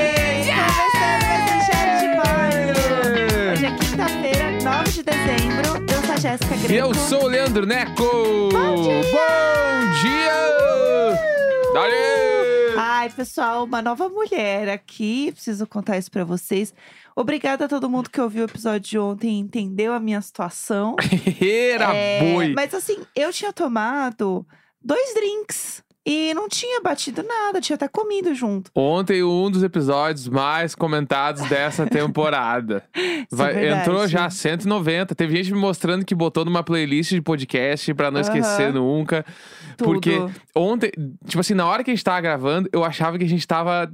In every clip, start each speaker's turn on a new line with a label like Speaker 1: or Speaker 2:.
Speaker 1: 19 é de dezembro. Eu sou a Jéssica Greco.
Speaker 2: E eu sou o Leandro Neco! Bom dia! Dali!
Speaker 1: Ai, pessoal, uma nova mulher aqui. Preciso contar isso pra vocês. Obrigada a todo mundo que ouviu o episódio de ontem e entendeu a minha situação.
Speaker 2: Era
Speaker 1: É,
Speaker 2: boi!
Speaker 1: Mas assim, eu tinha tomado dois drinks e não tinha batido nada, tinha até comido junto.
Speaker 2: Ontem, um dos episódios mais comentados dessa temporada.
Speaker 1: Isso é
Speaker 2: Vai-
Speaker 1: verdade.
Speaker 2: entrou já 190. Teve gente me mostrando que botou numa playlist de podcast pra não
Speaker 1: Aham.
Speaker 2: esquecer nunca.
Speaker 1: Tudo.
Speaker 2: Porque ontem, tipo assim, na hora que a gente tava gravando, eu achava que a gente tava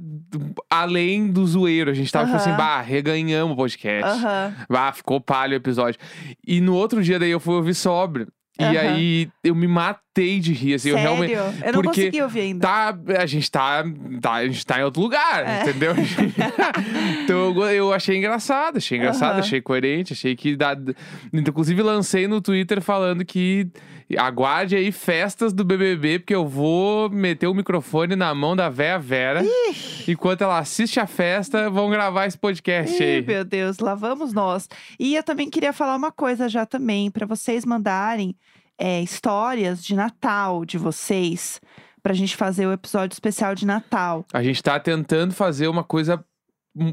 Speaker 2: além do zoeiro. A gente tava, tipo
Speaker 1: Aham.
Speaker 2: assim, bah, reganhamos o podcast.
Speaker 1: Aham.
Speaker 2: Ah, ficou palho o episódio. E no outro dia daí eu fui ouvir sobre. E
Speaker 1: Aham.
Speaker 2: aí eu me matei de rir, assim,
Speaker 1: Sério?
Speaker 2: eu realmente.
Speaker 1: Eu não
Speaker 2: porque
Speaker 1: consegui ouvir ainda.
Speaker 2: Tá, a gente tá, tá, a gente tá em outro lugar,
Speaker 1: É.
Speaker 2: entendeu? então eu, go- eu achei engraçado, achei engraçado,
Speaker 1: Aham.
Speaker 2: achei coerente, achei que dá. Inclusive lancei no Twitter falando que aguarde aí festas do BBB, porque eu vou meter o microfone na mão da véia Vera. Enquanto ela assiste a festa, vão gravar esse podcast
Speaker 1: Ih,
Speaker 2: aí.
Speaker 1: meu Deus, lá vamos nós. E eu também queria falar uma coisa já também, para vocês mandarem é, histórias de Natal de vocês, pra gente fazer o episódio especial de Natal.
Speaker 2: A gente tá tentando fazer uma coisa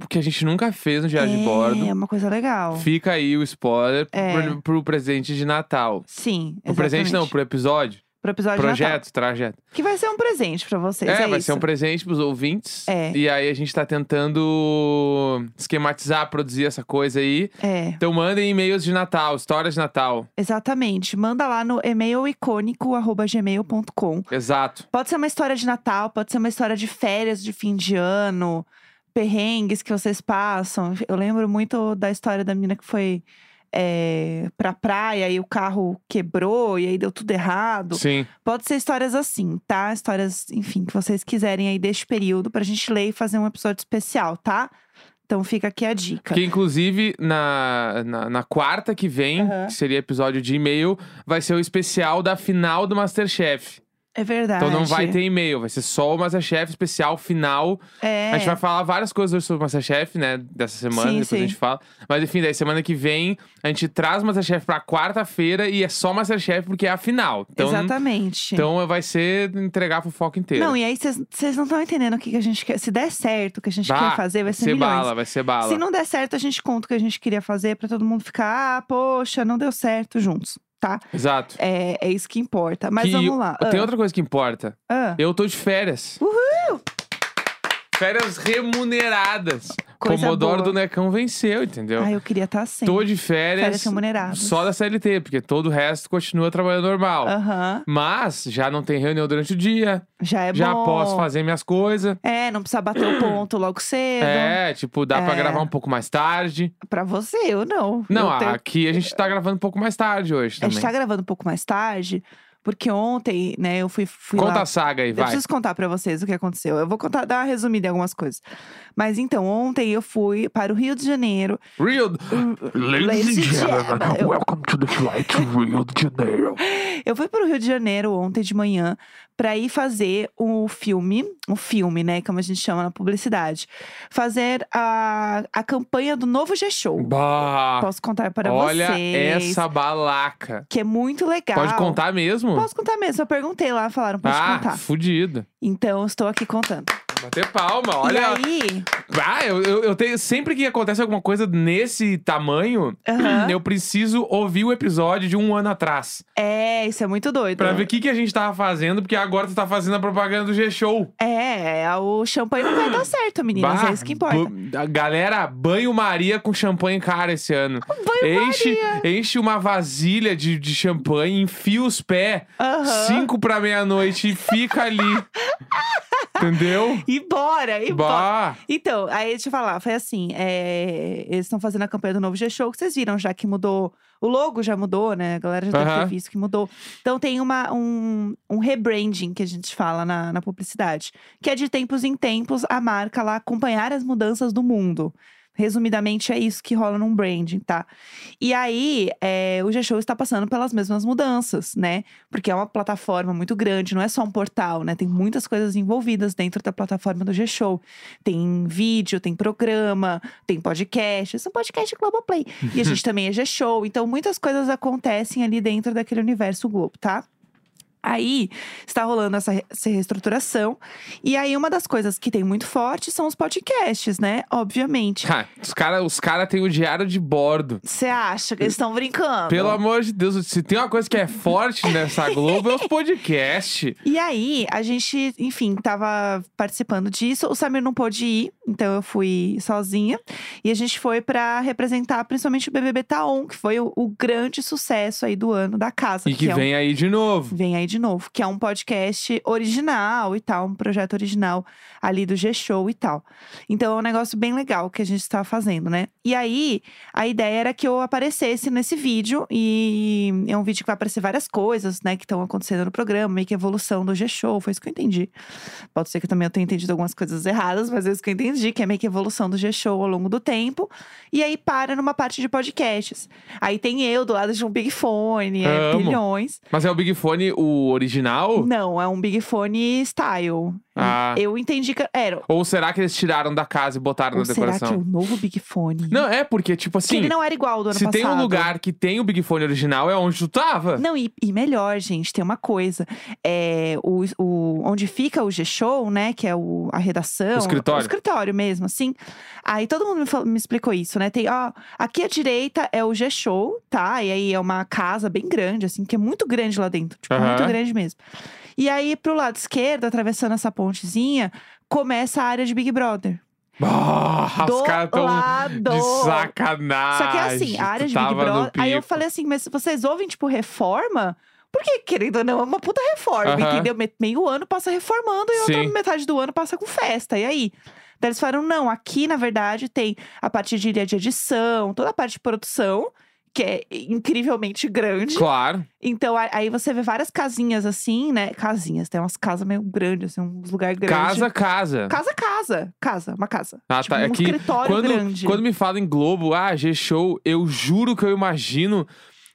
Speaker 2: que a gente nunca fez no Diário de Bordo.
Speaker 1: É uma coisa legal.
Speaker 2: Fica aí o spoiler
Speaker 1: É.
Speaker 2: pro, pro presente de Natal.
Speaker 1: Sim,
Speaker 2: Pro Um presente não,
Speaker 1: exatamente.
Speaker 2: pro episódio.
Speaker 1: Pro episódio de Natal.
Speaker 2: projeto, trajeto.
Speaker 1: Que vai ser um presente pra vocês.
Speaker 2: é,
Speaker 1: É,
Speaker 2: vai
Speaker 1: isso.
Speaker 2: ser um presente pros ouvintes.
Speaker 1: É.
Speaker 2: E aí a gente tá tentando esquematizar, produzir essa coisa aí.
Speaker 1: É,
Speaker 2: Então mandem e-mails de Natal, histórias de Natal.
Speaker 1: exatamente. Manda lá no e-mail icônico@gmail.com.
Speaker 2: Exato.
Speaker 1: Pode ser uma história de Natal, pode ser uma história de férias de fim de ano, perrengues que vocês passam. Eu lembro muito da história da menina que foi é, pra praia e o carro quebrou e aí deu tudo errado.
Speaker 2: Sim.
Speaker 1: Pode ser histórias assim, tá? Histórias, enfim, que vocês quiserem aí deste período pra gente ler e fazer um episódio especial, tá? Então fica aqui a dica.
Speaker 2: Que inclusive na, na, na quarta que vem,
Speaker 1: Aham.
Speaker 2: que seria episódio de e-mail, vai ser o especial da final do Masterchef.
Speaker 1: É verdade.
Speaker 2: Então não vai ter e-mail, vai ser só o Masterchef especial final.
Speaker 1: É.
Speaker 2: A gente vai falar várias coisas hoje sobre o Masterchef, né? Dessa semana,
Speaker 1: Sim,
Speaker 2: depois
Speaker 1: sim.
Speaker 2: a gente fala. Mas enfim, daí semana que vem a gente traz o Masterchef pra quarta-feira e é só Masterchef porque é a final. Então,
Speaker 1: Exatamente.
Speaker 2: então vai ser entregar pro foco inteiro.
Speaker 1: Não, e aí vocês vocês não estão entendendo o que, que a gente quer. Se der certo o que a gente
Speaker 2: Bah,
Speaker 1: quer fazer, vai ser,
Speaker 2: ser
Speaker 1: milhões.
Speaker 2: bala, vai ser bala.
Speaker 1: Se não der certo, a gente conta o que a gente queria fazer pra todo mundo ficar, ah, poxa, não deu certo juntos, tá?
Speaker 2: Exato.
Speaker 1: É, é isso que importa. Mas
Speaker 2: Que-
Speaker 1: vamos lá.
Speaker 2: Tem
Speaker 1: Ah,
Speaker 2: outra coisa que importa.
Speaker 1: ah,
Speaker 2: Eu tô de férias.
Speaker 1: Uhul!
Speaker 2: Férias remuneradas.
Speaker 1: Coisa
Speaker 2: Comodoro
Speaker 1: boa.
Speaker 2: do Necão venceu, entendeu?
Speaker 1: Ah, eu queria estar assim.
Speaker 2: Tô de férias,
Speaker 1: Férias remuneradas.
Speaker 2: só da CLT, porque todo o resto continua trabalhando normal.
Speaker 1: Aham.
Speaker 2: Mas já não tem reunião durante o dia,
Speaker 1: Já é
Speaker 2: já
Speaker 1: bom.
Speaker 2: posso fazer minhas coisas.
Speaker 1: É, não precisa bater o ponto logo cedo.
Speaker 2: É, tipo, dá pra
Speaker 1: É.
Speaker 2: gravar um pouco mais tarde.
Speaker 1: Pra você, eu não.
Speaker 2: Não, ah,
Speaker 1: eu tenho-
Speaker 2: aqui a gente tá gravando um pouco mais tarde hoje
Speaker 1: A
Speaker 2: também.
Speaker 1: gente tá gravando um pouco mais tarde, porque ontem, né, eu fui, fui
Speaker 2: Conta
Speaker 1: lá
Speaker 2: a saga aí,
Speaker 1: Eu
Speaker 2: vai.
Speaker 1: preciso contar pra vocês o que aconteceu. Eu vou contar, dar uma resumida em algumas coisas. Mas então, ontem eu fui para o Rio de Janeiro.
Speaker 2: Real.
Speaker 1: Uh, Ladies and gentlemen, eu-
Speaker 3: welcome to the flight to Rio de Janeiro.
Speaker 1: Eu fui para o Rio de Janeiro ontem de manhã pra ir fazer o filme, um filme, né, como a gente chama na publicidade, fazer a, a campanha do novo G-Show.
Speaker 2: Bah,
Speaker 1: Posso contar para
Speaker 2: Ah, olha
Speaker 1: vocês.
Speaker 2: essa balaca.
Speaker 1: Que é muito legal.
Speaker 2: Pode contar mesmo?
Speaker 1: Posso contar mesmo, eu perguntei lá, falaram, pode
Speaker 2: ah,
Speaker 1: contar.
Speaker 2: fudido.
Speaker 1: Então, estou aqui contando.
Speaker 2: Bater palma, olha.
Speaker 1: E aí,
Speaker 2: Ah, eu, eu, eu tenho. Sempre que acontece alguma coisa nesse tamanho,
Speaker 1: Aham.
Speaker 2: eu preciso ouvir o episódio de um ano atrás.
Speaker 1: é, isso é muito doido.
Speaker 2: Pra ver o que, que a gente tava fazendo, porque agora tu tá fazendo a propaganda do G-Show.
Speaker 1: É, o champanhe não vai dar certo, meninas.
Speaker 2: Bah,
Speaker 1: é isso que importa.
Speaker 2: bu- a galera, banho-maria com champanhe cara esse ano.
Speaker 1: Banho-maria.
Speaker 2: Enche, enche uma vasilha de, de champanhe, enfia os pés,
Speaker 1: Aham.
Speaker 2: cinco pra meia-noite e fica ali. Entendeu?
Speaker 1: E bora, e bora.
Speaker 2: Bah,
Speaker 1: Então, aí deixa eu falar, foi assim: é, eles estão fazendo a campanha do novo G-Show, que vocês viram já que mudou. O logo já mudou, né? A galera já deve
Speaker 2: Aham.
Speaker 1: ter visto que mudou. Então tem uma, um, um rebranding que a gente fala na, na publicidade, que é de tempos em tempos a marca lá acompanhar as mudanças do mundo. Resumidamente, é isso que rola num branding, tá? E aí, é, o G-Show está passando pelas mesmas mudanças, né? Porque é uma plataforma muito grande, não é só um portal, né? Tem muitas coisas envolvidas dentro da plataforma do G-Show. Tem vídeo, tem programa, tem podcast. Isso é um podcast Globoplay. E a gente também é G-Show. Então, muitas coisas acontecem ali dentro daquele universo Globo, tá? Aí está rolando essa, re- essa reestruturação. E aí, uma das coisas que tem muito forte são os podcasts, né? Obviamente.
Speaker 2: Ah, os caras os cara têm o diário de bordo.
Speaker 1: Você acha que eles estão brincando?
Speaker 2: Pelo amor de Deus, se tem uma coisa que é forte nessa Globo, é os podcasts.
Speaker 1: E aí, a gente, enfim, tava participando disso. O Samir não pôde ir, então eu fui sozinha. E a gente foi pra representar principalmente o BBB Taon, que foi o, o grande sucesso aí do ano da casa.
Speaker 2: E que
Speaker 1: é um-
Speaker 2: vem aí de novo.
Speaker 1: Vem aí de novo, que é um podcast original e tal, um projeto original ali do G-Show e tal. Então é um negócio bem legal que a gente tá fazendo, né? E aí, a ideia era que eu aparecesse nesse vídeo, e é um vídeo que vai aparecer várias coisas, né, que estão acontecendo no programa, meio que a evolução do G-Show, foi isso que eu entendi. Pode ser que também eu tenha entendido algumas coisas erradas, mas é isso que eu entendi, que é meio que a evolução do G-Show ao longo do tempo. E aí para numa parte de podcasts. Aí tem eu do lado de um Big Fone, é
Speaker 2: Amo.
Speaker 1: bilhões.
Speaker 2: Mas é o Big Fone, o original?
Speaker 1: Não, é um Big Fone style.
Speaker 2: Ah.
Speaker 1: Eu entendi que era.
Speaker 2: Ou será que eles tiraram da casa e botaram
Speaker 1: Ou
Speaker 2: na
Speaker 1: será que
Speaker 2: decoração?
Speaker 1: é o novo Big Fone?
Speaker 2: Não, é porque, tipo
Speaker 1: Que ele
Speaker 2: assim,
Speaker 1: não era igual ao do ano
Speaker 2: se
Speaker 1: passado.
Speaker 2: tem um lugar que tem o Big Fone original, é onde tu tava.
Speaker 1: Não, e, e melhor, gente, tem uma coisa. É, o, o- onde fica o G-Show, né? Que é o, a redação.
Speaker 2: O escritório.
Speaker 1: escritório mesmo, assim. Aí todo mundo me, falou- me explicou isso, né? Tem, ó, aqui à direita é o G-Show, tá? E aí é uma casa bem grande, assim, que é muito grande lá dentro. Tipo,
Speaker 2: Aham.
Speaker 1: muito grande mesmo. E aí, pro lado esquerdo, atravessando essa pontezinha, começa a área de Big Brother.
Speaker 2: Bah, os
Speaker 1: Do
Speaker 2: caras tão
Speaker 1: lado.
Speaker 2: de sacanagem.
Speaker 1: Só que assim, a área
Speaker 2: Tu
Speaker 1: de Big
Speaker 2: Ah, tava no
Speaker 1: Brother. Aí eu
Speaker 2: pico.
Speaker 1: falei assim, mas vocês ouvem, tipo, reforma? Porque, querendo ou não, é uma puta reforma,
Speaker 2: Aham.
Speaker 1: entendeu? Me- Meio ano passa reformando e outra
Speaker 2: Sim.
Speaker 1: metade do ano passa com festa. E aí? Daí eles falaram, não, aqui, na verdade, tem a parte de ilha de edição, toda a parte de produção, que é incrivelmente grande.
Speaker 2: Claro.
Speaker 1: Então, a- aí você vê várias casinhas assim, né? Casinhas, tem umas casas meio grandes, assim, uns lugares grandes.
Speaker 2: Casa, casa.
Speaker 1: Casa, casa. Casa, uma casa.
Speaker 2: Ah,
Speaker 1: Tipo,
Speaker 2: tá. É
Speaker 1: um
Speaker 2: que
Speaker 1: escritório
Speaker 2: quando,
Speaker 1: grande.
Speaker 2: quando me falam em Globo, ah, G-Show, eu juro que eu imagino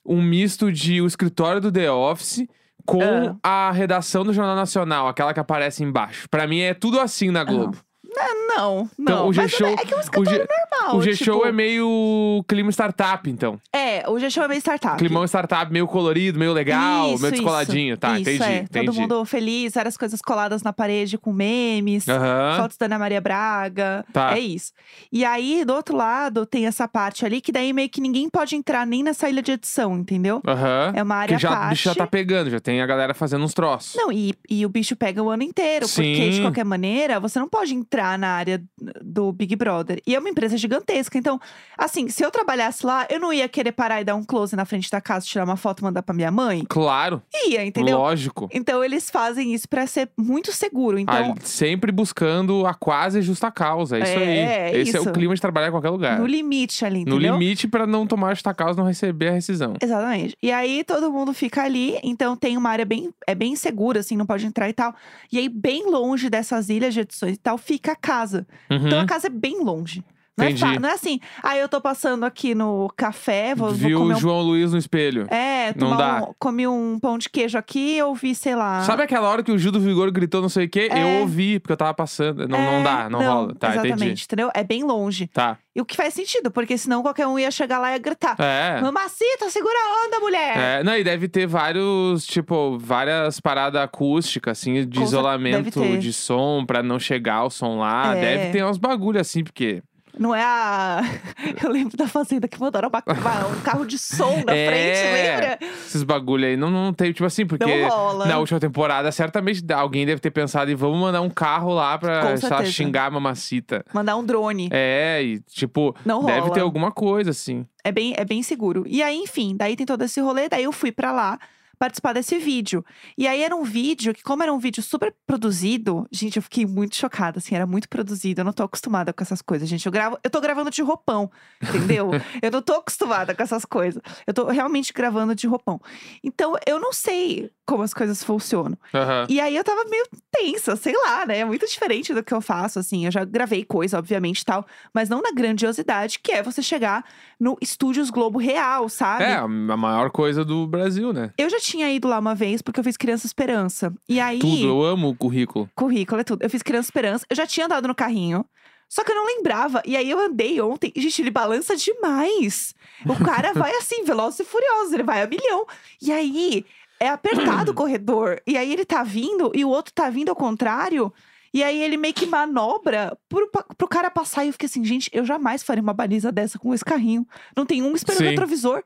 Speaker 2: um misto de o escritório do The Office com
Speaker 1: Ah.
Speaker 2: a redação do Jornal Nacional, aquela que aparece embaixo. Pra mim é tudo assim na Globo.
Speaker 1: Ah. Não, não.
Speaker 2: Então, o
Speaker 1: Mas
Speaker 2: G-Show-
Speaker 1: É que é um
Speaker 2: o
Speaker 1: escritório
Speaker 2: G-
Speaker 1: normal.
Speaker 2: o G-Show
Speaker 1: tipo,
Speaker 2: é meio clima startup, então.
Speaker 1: É, o G-Show é meio startup.
Speaker 2: Climão startup, meio colorido, meio legal,
Speaker 1: Isso,
Speaker 2: meio descoladinho.
Speaker 1: isso.
Speaker 2: Tá,
Speaker 1: Isso,
Speaker 2: entendi,
Speaker 1: é.
Speaker 2: entendi.
Speaker 1: Todo mundo feliz, várias coisas coladas na parede com memes.
Speaker 2: Aham.
Speaker 1: Fotos da Ana Maria Braga.
Speaker 2: Tá.
Speaker 1: É isso. E aí, do outro lado, tem essa parte ali que daí meio que ninguém pode entrar nem nessa ilha de edição, entendeu?
Speaker 2: Aham.
Speaker 1: É uma área
Speaker 2: Que já,
Speaker 1: à
Speaker 2: o bicho já tá
Speaker 1: parte.
Speaker 2: pegando, já tem a galera fazendo uns troços.
Speaker 1: Não, e, e o bicho pega o ano inteiro, porque de
Speaker 2: Sim.
Speaker 1: qualquer maneira, você não pode entrar na área do Big Brother. E é uma empresa gigantesca, então, assim, se eu trabalhasse lá, eu não ia querer parar e dar um close na frente da casa, tirar uma foto e mandar pra minha mãe.
Speaker 2: Claro,
Speaker 1: Ia, entendeu?
Speaker 2: lógico.
Speaker 1: Então eles fazem isso pra ser muito seguro. Então,
Speaker 2: Ah, sempre buscando a quase justa causa. É isso
Speaker 1: É,
Speaker 2: aí.
Speaker 1: é
Speaker 2: Esse é
Speaker 1: isso.
Speaker 2: o clima de trabalhar em qualquer lugar.
Speaker 1: no limite ali,
Speaker 2: é. No
Speaker 1: entendeu?
Speaker 2: limite, pra não tomar justa causa, não receber a rescisão.
Speaker 1: Exatamente. E aí todo mundo fica ali, então tem uma área bem, é bem segura, assim, não pode entrar e tal. E aí, bem longe dessas ilhas de edições e tal, fica a casa.
Speaker 2: Uhum.
Speaker 1: Então a casa é bem longe. Não é,
Speaker 2: Entendi.
Speaker 1: fa- não é assim, ah, eu tô passando aqui no café, vou, vou
Speaker 2: Viu
Speaker 1: comer
Speaker 2: o
Speaker 1: um.
Speaker 2: João Luiz no espelho.
Speaker 1: É,
Speaker 2: Não
Speaker 1: tomar
Speaker 2: dá.
Speaker 1: um, comi um pão de queijo aqui, ou vi, sei lá.
Speaker 2: Sabe aquela hora que o Gil do Vigor gritou não sei o quê?
Speaker 1: Ah. É.
Speaker 2: Eu ouvi, porque eu tava passando. Não, não
Speaker 1: É,
Speaker 2: dá, não, rola. Tá,
Speaker 1: exatamente,
Speaker 2: entendi.
Speaker 1: entendeu? É bem longe.
Speaker 2: Tá.
Speaker 1: E o que faz sentido, porque senão qualquer um ia chegar lá e ia gritar.
Speaker 2: É.
Speaker 1: Mamacita, segura a onda, mulher!
Speaker 2: É, não, e deve ter vários, tipo, várias paradas acústicas, assim, de
Speaker 1: Com cer-
Speaker 2: isolamento
Speaker 1: deve ter.
Speaker 2: de som, pra não chegar o som lá.
Speaker 1: É.
Speaker 2: Deve ter uns bagulho assim, porque.
Speaker 1: Não é a. Eu lembro da fazenda que mandaram uma- uma- um carro de som na
Speaker 2: É.
Speaker 1: frente, lembra?
Speaker 2: Esses bagulho aí não, não tem, tipo assim, porque.
Speaker 1: Não rola.
Speaker 2: Na última temporada, certamente alguém deve ter pensado e vamos mandar um carro lá pra
Speaker 1: Com
Speaker 2: sei lá,
Speaker 1: certeza.
Speaker 2: xingar a mamacita.
Speaker 1: Mandar um drone.
Speaker 2: É, e tipo,
Speaker 1: Não rola.
Speaker 2: deve ter alguma coisa, assim.
Speaker 1: É bem, é bem seguro. E aí, enfim, daí tem todo esse rolê, daí eu fui pra lá participar desse vídeo. E aí era um vídeo que, como era um vídeo super produzido, gente, eu fiquei muito chocada, assim, era muito produzido. Eu não tô acostumada com essas coisas, gente. Eu gravo, eu tô gravando de roupão, entendeu? eu não tô acostumada com essas coisas. Eu tô realmente gravando de roupão. Então, eu não sei como as coisas funcionam.
Speaker 2: Aham.
Speaker 1: E aí eu tava meio tensa, sei lá, né? É muito diferente do que eu faço, assim. Eu já gravei coisa, obviamente, e tal, mas não na grandiosidade que é você chegar no Estúdios Globo Real, sabe?
Speaker 2: É, a maior coisa do Brasil, né?
Speaker 1: Eu já tinha ido lá uma vez porque eu fiz Criança Esperança. E aí.
Speaker 2: Tudo, eu amo o currículo.
Speaker 1: Currículo é tudo. Eu fiz Criança Esperança. Eu já tinha andado no carrinho. Só que eu não lembrava. E aí eu andei ontem. e, Gente, ele balança demais. O cara vai assim, veloz e furioso. Ele vai a milhão. E aí é apertado o corredor. E aí ele tá vindo e o outro tá vindo ao contrário. E aí ele meio que manobra pro, pa- pro cara passar. E eu fiquei assim, gente, eu jamais faria uma baliza dessa com esse carrinho. Não tem um esperando o
Speaker 2: Sim.
Speaker 1: retrovisor.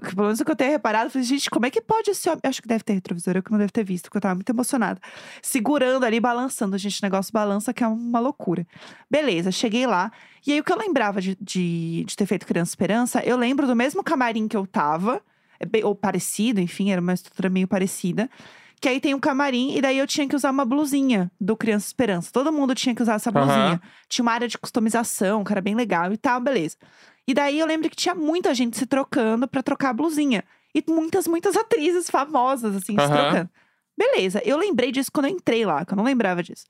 Speaker 1: Que, Pelo menos o que eu tenho reparado, eu falei, gente, como é que pode esse homem. Eu acho que deve ter retrovisor, eu que não devo ter visto, porque eu tava muito emocionada. Segurando ali, balançando, gente, o negócio balança que é uma loucura. Beleza, cheguei lá. E aí, o que eu lembrava de, de, de ter feito Criança Esperança, eu lembro do mesmo camarim que eu tava, é bem- ou parecido, enfim, era uma estrutura meio parecida. Que aí tem um camarim, e daí eu tinha que usar uma blusinha do Criança Esperança. Todo mundo tinha que usar essa
Speaker 2: Aham.
Speaker 1: blusinha. Tinha uma área de customização, que era bem legal e tal, beleza. E daí eu lembro que tinha muita gente se trocando pra trocar a blusinha. E muitas, muitas atrizes famosas, assim, se
Speaker 2: Aham.
Speaker 1: trocando. Beleza, eu lembrei disso quando eu entrei lá, que eu não lembrava disso.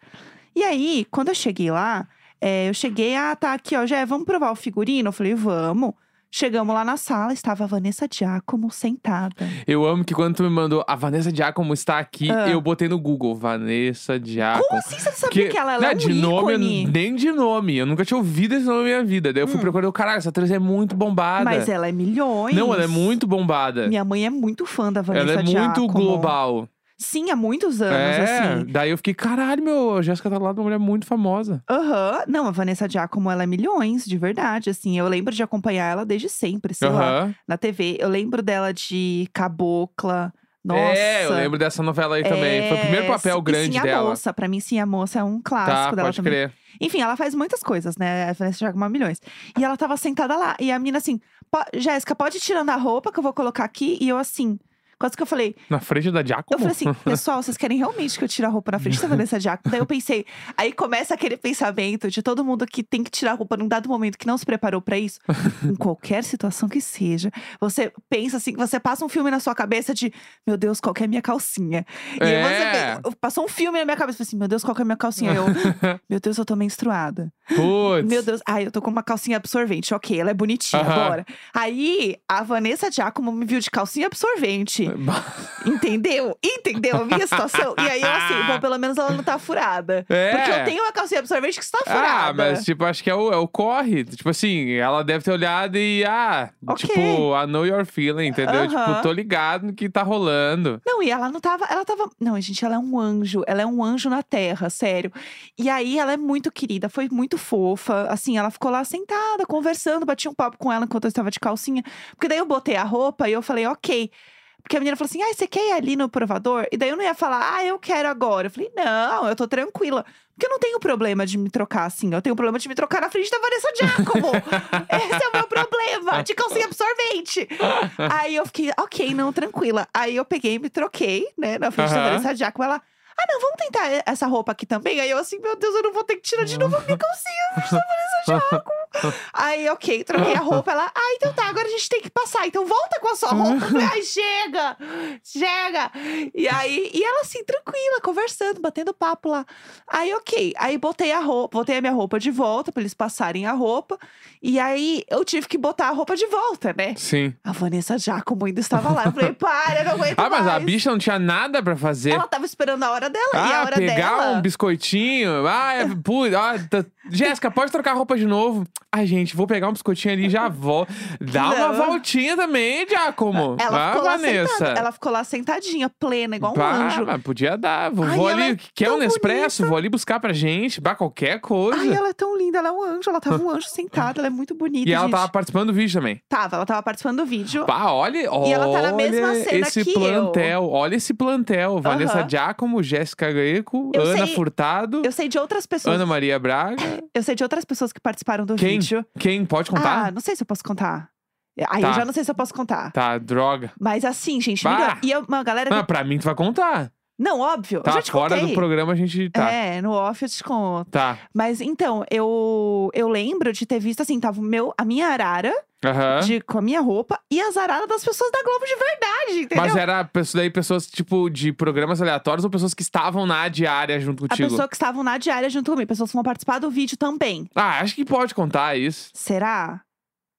Speaker 1: E aí, quando eu cheguei lá, é, eu cheguei, ah, tá aqui, ó, já vamos provar o figurino? Eu falei, vamos. Chegamos lá na sala, estava a Vanessa Giacomo sentada.
Speaker 2: Eu amo que quando tu me mandou a Vanessa Giacomo está aqui, eu botei no Google Vanessa Giacomo.
Speaker 1: Ah. Como assim você não sabia que, ela, ela é
Speaker 2: Ah, né,
Speaker 1: um
Speaker 2: de nome, eu-
Speaker 1: ícone? Hum.
Speaker 2: nem de nome. Eu nunca tinha ouvido esse nome na minha vida. Daí eu fui procurar, eu, caralho, essa atriz é muito bombada.
Speaker 1: Mas ela é milhões.
Speaker 2: Não, ela é muito bombada.
Speaker 1: Minha mãe é muito fã da Vanessa
Speaker 2: Ela é muito
Speaker 1: Giacomo.
Speaker 2: global.
Speaker 1: Sim, há muitos anos,
Speaker 2: é,
Speaker 1: assim.
Speaker 2: daí eu fiquei, caralho, meu, a Jéssica tá do lado de uma mulher muito famosa.
Speaker 1: Aham. Não, a Vanessa Giacomo, ela é milhões, de verdade, assim. Eu lembro de acompanhar ela desde sempre, sei lá.
Speaker 2: Aham.
Speaker 1: Na TV, eu lembro dela de Cabocla. Nossa.
Speaker 2: É, eu lembro dessa novela aí também. Foi o primeiro
Speaker 1: É,
Speaker 2: papel
Speaker 1: sim,
Speaker 2: grande
Speaker 1: sim,
Speaker 2: dela.
Speaker 1: A moça, pra mim, sim, a moça é um clássico
Speaker 2: tá,
Speaker 1: dela
Speaker 2: pode
Speaker 1: também.
Speaker 2: crer.
Speaker 1: Enfim, ela faz muitas coisas, né? A Vanessa joga uma milhões. E ela tava sentada lá. E a menina assim, "Po- Jéssica, pode ir tirando a roupa que eu vou colocar aqui. E eu assim. Quase que eu falei,
Speaker 2: Na frente da Giacomo?
Speaker 1: eu falei assim, pessoal, vocês querem realmente que eu tire a roupa na frente da Vanessa Giacomo? Daí eu pensei, aí começa aquele pensamento de todo mundo que tem que tirar a roupa num dado momento que não se preparou pra isso. em qualquer situação que seja, você pensa assim, você passa um filme na sua cabeça de, meu Deus, qual que é a minha calcinha? E aí
Speaker 2: É.
Speaker 1: você pensa- passou um filme na minha cabeça, eu falei assim, meu Deus, qual que é a minha calcinha? Eu, meu Deus, eu tô menstruada.
Speaker 2: assim, Putz.
Speaker 1: Meu Deus, ai, eu tô com uma calcinha absorvente. Ok, ela é bonitinha,
Speaker 2: Aham.
Speaker 1: bora. Aí, a Vanessa Giacomo me viu de calcinha absorvente. Entendeu? Entendeu a minha situação? E aí eu assim, bom, pelo menos ela não tá furada.
Speaker 2: É.
Speaker 1: Porque eu tenho uma calcinha absorvente que está furada.
Speaker 2: Ah, mas tipo, acho que é o, é o corre. Tipo assim, ela deve ter olhado e, ah,
Speaker 1: Ok.
Speaker 2: tipo, I know your feeling, entendeu?
Speaker 1: Aham.
Speaker 2: Tipo, tô ligado no que tá rolando.
Speaker 1: Não, e ela não tava. Ela tava. Não, gente, ela é um anjo. Ela é um anjo na terra, sério. E aí ela é muito querida, foi muito fofa. Assim, ela ficou lá sentada, conversando, bati um papo com ela enquanto eu estava de calcinha. Porque daí eu botei a roupa e eu falei, ok. Porque a menina falou assim: ah, você quer ir ali no provador? E daí eu não ia falar, ah, eu quero agora. Eu falei, não, eu tô tranquila. Porque eu não tenho problema de me trocar assim. Eu tenho problema de me trocar na frente da Vanessa Giacomo. Esse é o meu problema, de calcinha absorvente. Aí eu fiquei, ok, não, tranquila. Aí eu peguei e me troquei, né, na frente da
Speaker 2: Aham.
Speaker 1: Vanessa Giacomo. Ela, ah, não, vamos tentar e- essa roupa aqui também. Aí eu assim, meu Deus, eu não vou ter que tirar de novo a minha calcinha. eu preciso fazer essa jaco. Aí, ok, troquei a roupa. Ela, ah, então tá, agora a gente tem que passar. Então volta com a sua roupa. Eu falei, ai, chega, chega. E aí, e ela assim, tranquila, conversando, batendo papo lá. Aí, ok, aí botei a roupa, botei a minha roupa de volta pra eles passarem a roupa. E aí, eu tive que botar a roupa de volta, né?
Speaker 2: Sim.
Speaker 1: A Vanessa Giacomo ainda estava lá. Eu falei, para, eu não aguento
Speaker 2: Ah, mas a
Speaker 1: mais."
Speaker 2: bicha não tinha nada pra fazer.
Speaker 1: Ela tava esperando a hora dela e a
Speaker 2: Ah,
Speaker 1: hora
Speaker 2: pegar
Speaker 1: dela.
Speaker 2: um biscoitinho. Ah, é, putz, ah, tá- Jéssica, pode trocar a roupa de novo? Ai, gente, vou pegar um biscoitinho ali e já volto. Dá uma
Speaker 1: Não.
Speaker 2: voltinha também, Giacomo.
Speaker 1: Ela
Speaker 2: ah,
Speaker 1: ficou lá
Speaker 2: Vanessa.
Speaker 1: sentada. Ela ficou lá sentadinha, plena, igual um
Speaker 2: Bah,
Speaker 1: anjo.
Speaker 2: mas podia dar. Vou,
Speaker 1: Ai,
Speaker 2: vou
Speaker 1: ela
Speaker 2: ali.
Speaker 1: é
Speaker 2: quer
Speaker 1: tão
Speaker 2: um Nespresso? Vou ali buscar pra gente. Bah, qualquer coisa.
Speaker 1: Ai, ela é tão linda, ela é um anjo. Ela tava um anjo sentada, ela é muito bonita,
Speaker 2: e ela
Speaker 1: gente.
Speaker 2: tava participando do vídeo também.
Speaker 1: Tava, ela tava participando do vídeo.
Speaker 2: Bah, olha,
Speaker 1: E ela tá na mesma
Speaker 2: olha
Speaker 1: cena
Speaker 2: esse
Speaker 1: que
Speaker 2: plantel. Olha esse plantel. Vanessa
Speaker 1: Aham.
Speaker 2: Giacomo, Jéssica Greco,
Speaker 1: Eu
Speaker 2: Ana
Speaker 1: sei-
Speaker 2: Furtado,
Speaker 1: Eu sei de outras pessoas.
Speaker 2: Ana Maria Braga.
Speaker 1: Eu sei de outras pessoas que participaram do
Speaker 2: Quem?
Speaker 1: vídeo.
Speaker 2: Quem? Pode
Speaker 1: Ah,
Speaker 2: contar?
Speaker 1: não sei se eu posso contar. Aí
Speaker 2: Tá.
Speaker 1: eu já não sei se eu posso contar.
Speaker 2: Tá, droga.
Speaker 1: Mas assim, gente,
Speaker 2: Bah.
Speaker 1: melhor. E é uma galera. que-
Speaker 2: Não, pra mim tu vai contar.
Speaker 1: Não, óbvio. eu
Speaker 2: Tá,
Speaker 1: já te
Speaker 2: fora
Speaker 1: contei.
Speaker 2: do programa a gente tá.
Speaker 1: É, no off eu te conto.
Speaker 2: Tá.
Speaker 1: Mas então, eu, eu lembro de ter visto assim, tava o meu, a minha arara,
Speaker 2: Aham.
Speaker 1: de, com a minha roupa e azarada das pessoas da Globo de verdade, entendeu?
Speaker 2: Mas é era pesso- daí pessoas, tipo, de programas aleatórios ou pessoas que estavam na diária junto
Speaker 1: a
Speaker 2: contigo?
Speaker 1: pessoa que estavam na diária junto comigo, pessoas que vão participar do vídeo também.
Speaker 2: Ah, acho que pode contar isso.
Speaker 1: Será?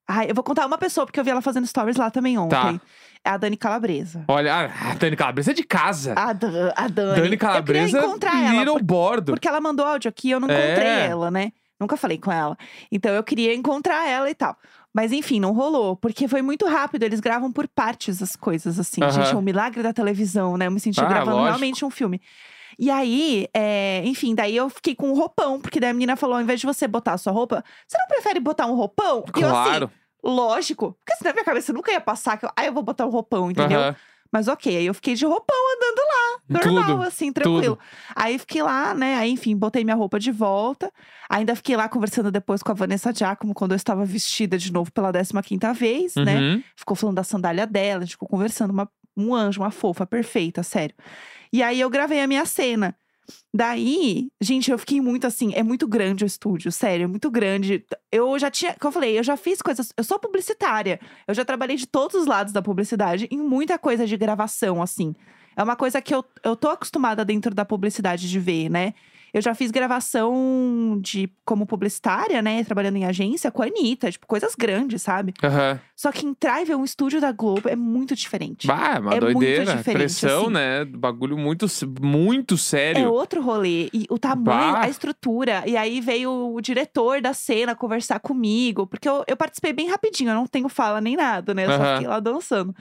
Speaker 1: Ai, eu vou contar uma pessoa, porque eu vi ela fazendo stories lá também ontem.
Speaker 2: Tá.
Speaker 1: É a Dani Calabresa.
Speaker 2: Olha, ah, a Dani Calabresa é de casa.
Speaker 1: A, Dan- a Ah, Dani.
Speaker 2: Dani
Speaker 1: Eu
Speaker 2: Calabresa,
Speaker 1: queria encontrar ela.
Speaker 2: little
Speaker 1: por-
Speaker 2: bordo.
Speaker 1: Porque ela mandou áudio aqui e eu não encontrei
Speaker 2: É.
Speaker 1: ela, né? Nunca falei com ela. Então eu queria encontrar ela e tal. Mas enfim, não rolou, porque foi muito rápido. Eles gravam por partes as coisas, assim.
Speaker 2: Aham.
Speaker 1: Gente, é um milagre da televisão, né? Eu me senti
Speaker 2: Ah,
Speaker 1: gravando
Speaker 2: lógico.
Speaker 1: realmente um filme. E aí, é, enfim, daí eu fiquei com um roupão, porque daí a menina falou: ao invés de você botar a sua roupa, você não prefere botar um roupão? E eu assim,
Speaker 2: Claro.
Speaker 1: lógico, porque senão minha cabeça nunca ia passar que eu, ah, eu vou botar um roupão, entendeu?
Speaker 2: Aham.
Speaker 1: Mas ok, aí eu fiquei de roupão andando lá, normal,
Speaker 2: Tudo.
Speaker 1: assim, tranquilo. Aí fiquei lá, né? Aí, enfim, botei minha roupa de volta. Ainda fiquei lá conversando depois com a Vanessa Giacomo, quando eu estava vestida de novo pela 15 vez, né?
Speaker 2: Uhum.
Speaker 1: Ficou falando da sandália dela, a gente ficou conversando, uma, um anjo, uma fofa, perfeita, sério. E aí eu gravei a minha cena. Daí, gente, eu fiquei muito assim, é muito grande o estúdio, sério, é muito grande. Eu já tinha, como eu falei, eu já fiz coisas, eu sou publicitária, eu já trabalhei de todos os lados da publicidade, em muita coisa de gravação, assim. É uma coisa que eu, eu tô acostumada dentro da publicidade de ver, né? Eu já fiz gravação de como publicitária, né? Trabalhando em agência com a Anitta, tipo, coisas grandes, sabe?
Speaker 2: Aham.
Speaker 1: Só que entrar e ver um estúdio da Globo é muito diferente.
Speaker 2: Bah, é uma
Speaker 1: É muito
Speaker 2: doideira.
Speaker 1: diferente,
Speaker 2: Pressão,
Speaker 1: assim.
Speaker 2: né? Bagulho muito, s- muito
Speaker 1: É
Speaker 2: sério.
Speaker 1: outro rolê. E o tamanho,
Speaker 2: Bah.
Speaker 1: a estrutura. E aí veio o diretor da cena conversar comigo. Porque eu, eu participei bem rapidinho, eu não tenho fala nem nada, né? Eu só
Speaker 2: Aham.
Speaker 1: fiquei lá dançando.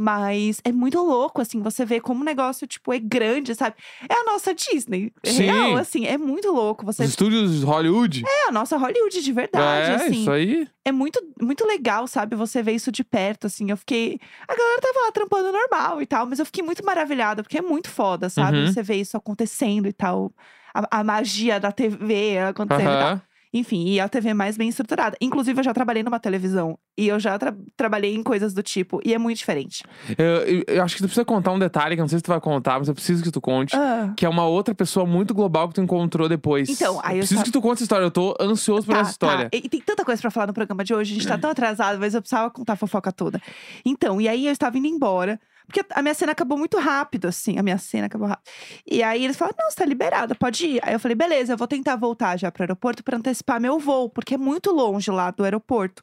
Speaker 1: Mas é muito louco, assim, você vê como o negócio, tipo, é grande, sabe? É a nossa Disney. É
Speaker 2: Sim.
Speaker 1: real, assim, é muito louco. Você
Speaker 2: Os estúdios Hollywood.
Speaker 1: é a nossa Hollywood de verdade,
Speaker 2: é,
Speaker 1: assim.
Speaker 2: isso aí.
Speaker 1: é muito, muito legal, sabe? Você ver isso de perto, assim. Eu fiquei. A galera tava lá trampando normal e tal, mas eu fiquei muito maravilhada, porque é muito foda, sabe?
Speaker 2: Uhum.
Speaker 1: Você ver isso acontecendo e tal. A, a magia da TV acontecendo e tal.
Speaker 2: Aham.
Speaker 1: Enfim, e a TV mais bem estruturada. Inclusive, eu já trabalhei numa televisão e eu já tra- trabalhei em coisas do tipo, e é muito diferente.
Speaker 2: Eu, eu- eu acho que tu precisa contar um detalhe que eu não sei se tu vai contar, mas eu preciso que tu conte.
Speaker 1: Ah,
Speaker 2: Que é uma outra pessoa muito global que tu encontrou depois.
Speaker 1: Então, aí eu
Speaker 2: preciso
Speaker 1: sa-
Speaker 2: que tu conte essa história. Eu tô ansioso por
Speaker 1: tá,
Speaker 2: essa história.
Speaker 1: tá. E, e tem tanta coisa pra falar no programa de hoje, a gente tá tão atrasado, mas eu precisava contar a fofoca toda. Então, e aí eu estava indo embora. Porque a minha cena acabou muito rápido, assim. A minha cena acabou rápido. E aí eles falaram, não, você tá liberada, pode ir. Aí eu falei, beleza, eu vou tentar voltar já pro aeroporto pra antecipar meu voo. Porque é muito longe lá do aeroporto.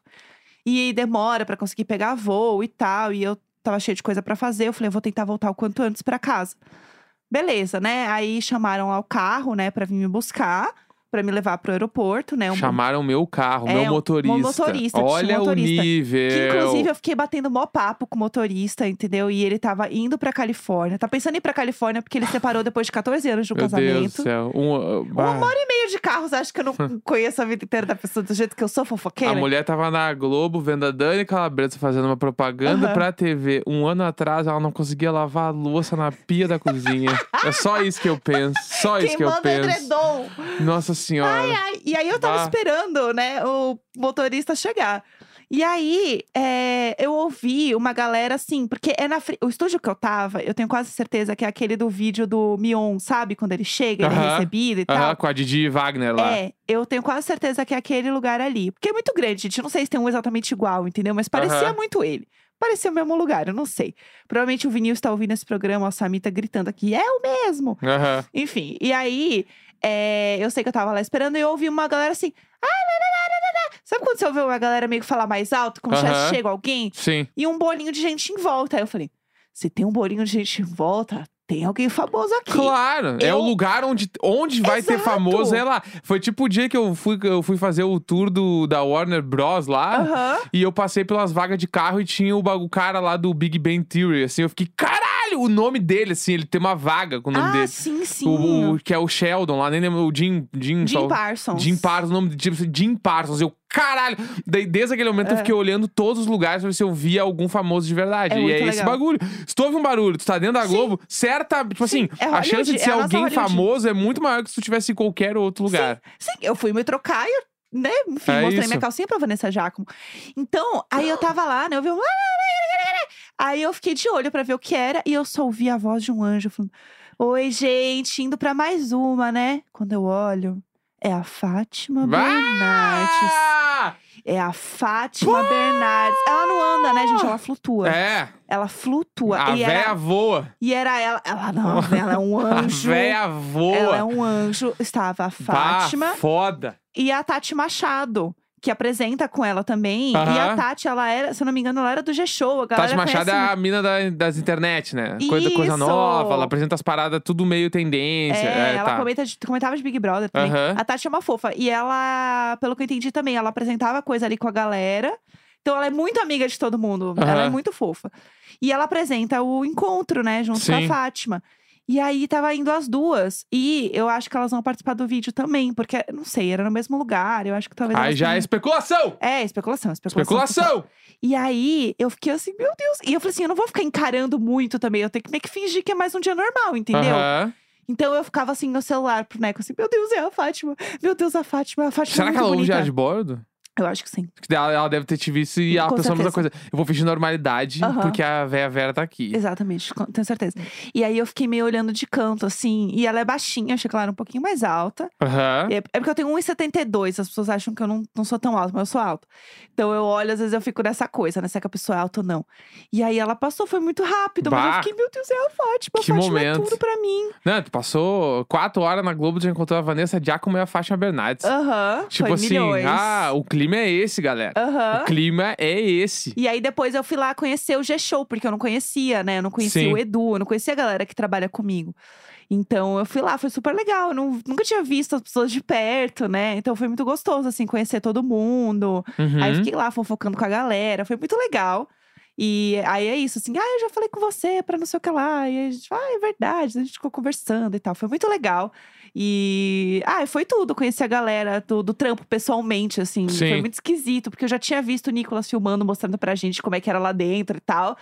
Speaker 1: E demora pra conseguir pegar voo e tal. E eu tava cheia de coisa pra fazer. Eu falei, eu vou tentar voltar o quanto antes pra casa. Beleza, né? Aí chamaram lá o carro, né, pra vir me buscar. Pra me levar pro aeroporto, né? Um-
Speaker 2: Chamaram o meu carro, o
Speaker 1: É,
Speaker 2: meu
Speaker 1: um- um
Speaker 2: motorista.
Speaker 1: motorista, tinha um
Speaker 2: Olha
Speaker 1: motorista.
Speaker 2: o nível.
Speaker 1: que inclusive é eu fiquei batendo mó papo com o motorista, entendeu? E ele tava indo pra Califórnia. Tá pensando em ir pra Califórnia porque ele separou depois de 14 anos de um
Speaker 2: Meu Deus
Speaker 1: casamento.
Speaker 2: do céu. Um, uh,
Speaker 1: Um
Speaker 2: bah.
Speaker 1: amor e meio de carros, acho que eu não conheço a vida inteira da pessoa do jeito que eu sou fofoqueira.
Speaker 2: A mulher tava na Globo vendo a Dani Calabresa fazendo uma propaganda
Speaker 1: Aham.
Speaker 2: pra TV. Um ano atrás ela não conseguia lavar a louça na pia da cozinha. é só isso que eu penso. Só isso
Speaker 1: Quem
Speaker 2: que eu
Speaker 1: manda é
Speaker 2: penso.
Speaker 1: edredom.
Speaker 2: Nossa senhora.
Speaker 1: Ai, E aí eu tava
Speaker 2: Bah.
Speaker 1: esperando, né, o motorista chegar. E aí, é, eu ouvi uma galera assim, porque é na fri- o estúdio que eu tava, eu tenho quase certeza que é aquele do vídeo do Mion, sabe? Quando ele chega, ele é
Speaker 2: Aham.
Speaker 1: recebido e
Speaker 2: Aham,
Speaker 1: tal.
Speaker 2: com a Didi Wagner lá.
Speaker 1: É, eu tenho quase certeza que é aquele lugar ali. Porque é muito grande, gente. Eu Não sei se tem um exatamente igual, entendeu? Mas parecia
Speaker 2: Aham.
Speaker 1: muito ele. Parecia o mesmo lugar, eu não sei. Provavelmente o Vinil está ouvindo esse programa, a Samita gritando aqui, é o mesmo!
Speaker 2: Aham.
Speaker 1: Enfim, e aí, é, eu sei que eu tava lá esperando e eu ouvi uma galera assim, ah, lá, lá, lá, lá, lá." Sabe quando você ouve uma galera meio que falar mais alto, como já
Speaker 2: Aham.
Speaker 1: chega alguém?
Speaker 2: Sim.
Speaker 1: E um bolinho de gente em volta. Aí eu falei, se tem um bolinho de gente em volta, tem alguém famoso aqui.
Speaker 2: Claro, é
Speaker 1: eu-
Speaker 2: o lugar onde, onde vai ter
Speaker 1: Exato.
Speaker 2: famoso, é lá. Foi tipo o dia que eu fui, eu fui fazer o tour do, da Warner Bros lá.
Speaker 1: Aham.
Speaker 2: E eu passei pelas vagas de carro e tinha o, bagu- o cara lá do Big Bang Theory, assim, eu fiquei, caralho, o nome dele, assim, ele tem uma vaga com o nome
Speaker 1: Ah,
Speaker 2: dele.
Speaker 1: sim, sim.
Speaker 2: O, o- que é o Sheldon lá, nem lembro, o Jim...
Speaker 1: Jim
Speaker 2: Jim, só-
Speaker 1: Parsons.
Speaker 2: Jim Parsons, o nome do tipo, assim, Jim Parsons. Eu, caralho! Daí, desde aquele momento, eu fiquei olhando todos os lugares pra ver se eu via algum famoso de verdade.
Speaker 1: É. É
Speaker 2: e
Speaker 1: muito
Speaker 2: é esse
Speaker 1: legal.
Speaker 2: bagulho. Se tu ouve um barulho, tu tá dentro da
Speaker 1: Sim.
Speaker 2: Globo, certa... Tipo
Speaker 1: Sim,
Speaker 2: assim,
Speaker 1: é
Speaker 2: a chance
Speaker 1: Hollywood,
Speaker 2: de ser
Speaker 1: é a nossa
Speaker 2: alguém
Speaker 1: Hollywood.
Speaker 2: famoso é muito maior que se tu tivesse em qualquer outro lugar.
Speaker 1: Sim, eu fui me trocar e eu, né, enfim,
Speaker 2: É
Speaker 1: mostrei
Speaker 2: isso.
Speaker 1: minha calcinha pra Vanessa Giacomo. Então, aí eu tava lá, né, eu vi um... Aí eu fiquei de olho pra ver o que era e eu só ouvi a voz de um anjo falando: Oi, gente, indo pra mais uma, né? Quando eu olho, é a Fátima
Speaker 2: Vá! Ah!
Speaker 1: Bernardes. É a Fátima Bernardes. Ela não anda, né, gente? Ela flutua.
Speaker 2: É,
Speaker 1: Ela flutua.
Speaker 2: a
Speaker 1: e,
Speaker 2: véia
Speaker 1: era,
Speaker 2: voa.
Speaker 1: e era ela. Ela não, ela é um
Speaker 2: A
Speaker 1: anjo.
Speaker 2: véia voa.
Speaker 1: Ela é um anjo. Estava a
Speaker 2: Bah,
Speaker 1: Fátima
Speaker 2: foda.
Speaker 1: e a Tati Machado, que apresenta com ela também. E
Speaker 2: Aham.
Speaker 1: a Tati, ela era, se eu não me engano, ela era do G-Show. A galera
Speaker 2: Tati Machado é
Speaker 1: conhece um-
Speaker 2: a mina da- das internet, né? Coisa, coisa
Speaker 1: Isso!
Speaker 2: nova, ela apresenta as paradas tudo meio tendência.
Speaker 1: É,
Speaker 2: é,
Speaker 1: ela
Speaker 2: tá.
Speaker 1: comenta de- comentava de Big Brother também.
Speaker 2: Aham.
Speaker 1: A Tati é uma fofa. E ela, pelo que eu entendi também, ela apresentava coisa ali com a galera. Então ela é muito amiga de todo mundo. Ela é
Speaker 2: Aham.
Speaker 1: muito fofa. E ela apresenta o encontro, né, junto com
Speaker 2: Sim.
Speaker 1: a Fátima. E aí tava indo as duas. E eu acho que elas vão participar do vídeo também, porque, não sei, era no mesmo lugar. Eu acho que talvez.
Speaker 2: Aí
Speaker 1: elas
Speaker 2: já é
Speaker 1: tenham-
Speaker 2: especulação!
Speaker 1: É, especulação, especulação.
Speaker 2: Especulação!
Speaker 1: E aí, eu fiquei assim, meu Deus. E eu falei assim, eu não vou ficar encarando muito também. Eu tenho que meio que fingir que é mais um dia normal, entendeu?
Speaker 2: Aham.
Speaker 1: Então eu ficava assim no celular pro Neco, assim, meu Deus, é a Fátima. Meu Deus, a Fátima, a Fátima.
Speaker 2: Será
Speaker 1: é
Speaker 2: que
Speaker 1: muito
Speaker 2: ela ouve
Speaker 1: bonita.
Speaker 2: já de bordo?
Speaker 1: Eu acho que sim.
Speaker 2: Acho que Ela, ela deve ter te visto e ela
Speaker 1: Com
Speaker 2: pensou a mesma coisa. Eu vou fingir normalidade
Speaker 1: Aham.
Speaker 2: porque a véia Vera tá aqui.
Speaker 1: Exatamente, com- tenho certeza. E aí eu fiquei meio olhando de canto, assim. E ela é baixinha, eu achei que ela era um pouquinho mais alta.
Speaker 2: Aham.
Speaker 1: É é porque eu tenho 1,72, as pessoas acham que eu não, não sou tão alta, mas eu sou alta. Então eu olho, às vezes eu fico nessa coisa, né? Se é que a pessoa é alta ou não. E aí ela passou, foi muito rápido, mas
Speaker 2: Bah!
Speaker 1: eu fiquei, meu Deus, é a Fátima. A
Speaker 2: Que
Speaker 1: Fátima é
Speaker 2: momento.
Speaker 1: tudo pra mim.
Speaker 2: Não, tu passou quatro horas na Globo, tu já encontrou a Vanessa Giacomo e a Fátima Bernardes.
Speaker 1: Aham,
Speaker 2: tipo
Speaker 1: Ah, foi
Speaker 2: assim,
Speaker 1: milhões.
Speaker 2: ah, o clima é esse, galera.
Speaker 1: Aham.
Speaker 2: O clima é esse.
Speaker 1: E aí depois eu fui lá conhecer o G-Show, porque eu não conhecia, né? Eu não conhecia
Speaker 2: Sim.
Speaker 1: o Edu, eu não conhecia a galera que trabalha comigo. Então eu fui lá, foi super legal. Eu não- nunca tinha visto as pessoas de perto, né? Então foi muito gostoso, assim, conhecer todo mundo.
Speaker 2: Uhum.
Speaker 1: Aí fiquei lá fofocando com a galera, foi muito legal. E aí é isso, assim, ah, eu já falei com você pra não sei o que lá. E aí a gente, ah, é verdade, a gente ficou conversando e tal. Foi muito legal. E, ah, foi tudo, conheci a galera do, do trampo pessoalmente, assim.
Speaker 2: Sim.
Speaker 1: Foi muito esquisito, porque eu já tinha visto o Nicolas filmando, mostrando pra gente como é que era lá dentro e tal.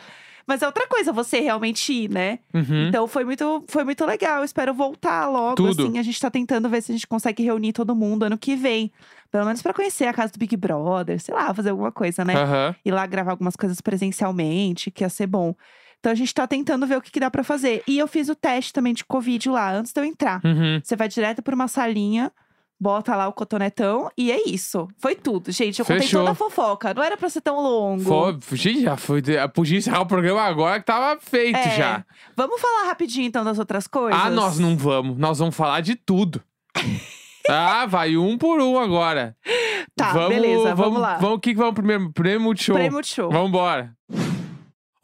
Speaker 1: Mas é outra coisa você realmente ir, né?
Speaker 2: Uhum.
Speaker 1: Então foi muito, foi muito legal. Eu espero voltar logo.
Speaker 2: Tudo.
Speaker 1: Assim, a gente tá tentando ver se a gente consegue reunir todo mundo ano que vem. Pelo menos pra conhecer a casa do Big Brother, sei lá, fazer alguma coisa, né?
Speaker 2: Aham.
Speaker 1: Ir lá gravar algumas coisas presencialmente, que ia ser bom. Então a gente tá tentando ver o que, que dá pra fazer. E eu fiz o teste também de Covid lá, antes de eu entrar.
Speaker 2: Uhum.
Speaker 1: Você vai direto pra uma salinha, bota lá o cotonetão e é isso. Foi tudo, gente. Eu contei
Speaker 2: Fechou.
Speaker 1: toda a fofoca. Não era pra ser tão longo.
Speaker 2: Foi, gente, já foi, podia encerrar o programa agora que tava feito
Speaker 1: É.
Speaker 2: já.
Speaker 1: Vamos falar rapidinho então das outras coisas?
Speaker 2: Ah, nós não vamos. Nós vamos falar de tudo. ah, vai um por um agora.
Speaker 1: Tá,
Speaker 2: vamos,
Speaker 1: beleza,
Speaker 2: vamos,
Speaker 1: vamos lá.
Speaker 2: Vamos, o que que vamos primeiro? Prêmio Multishow.
Speaker 1: Prêmio Multishow.
Speaker 2: Vamos embora.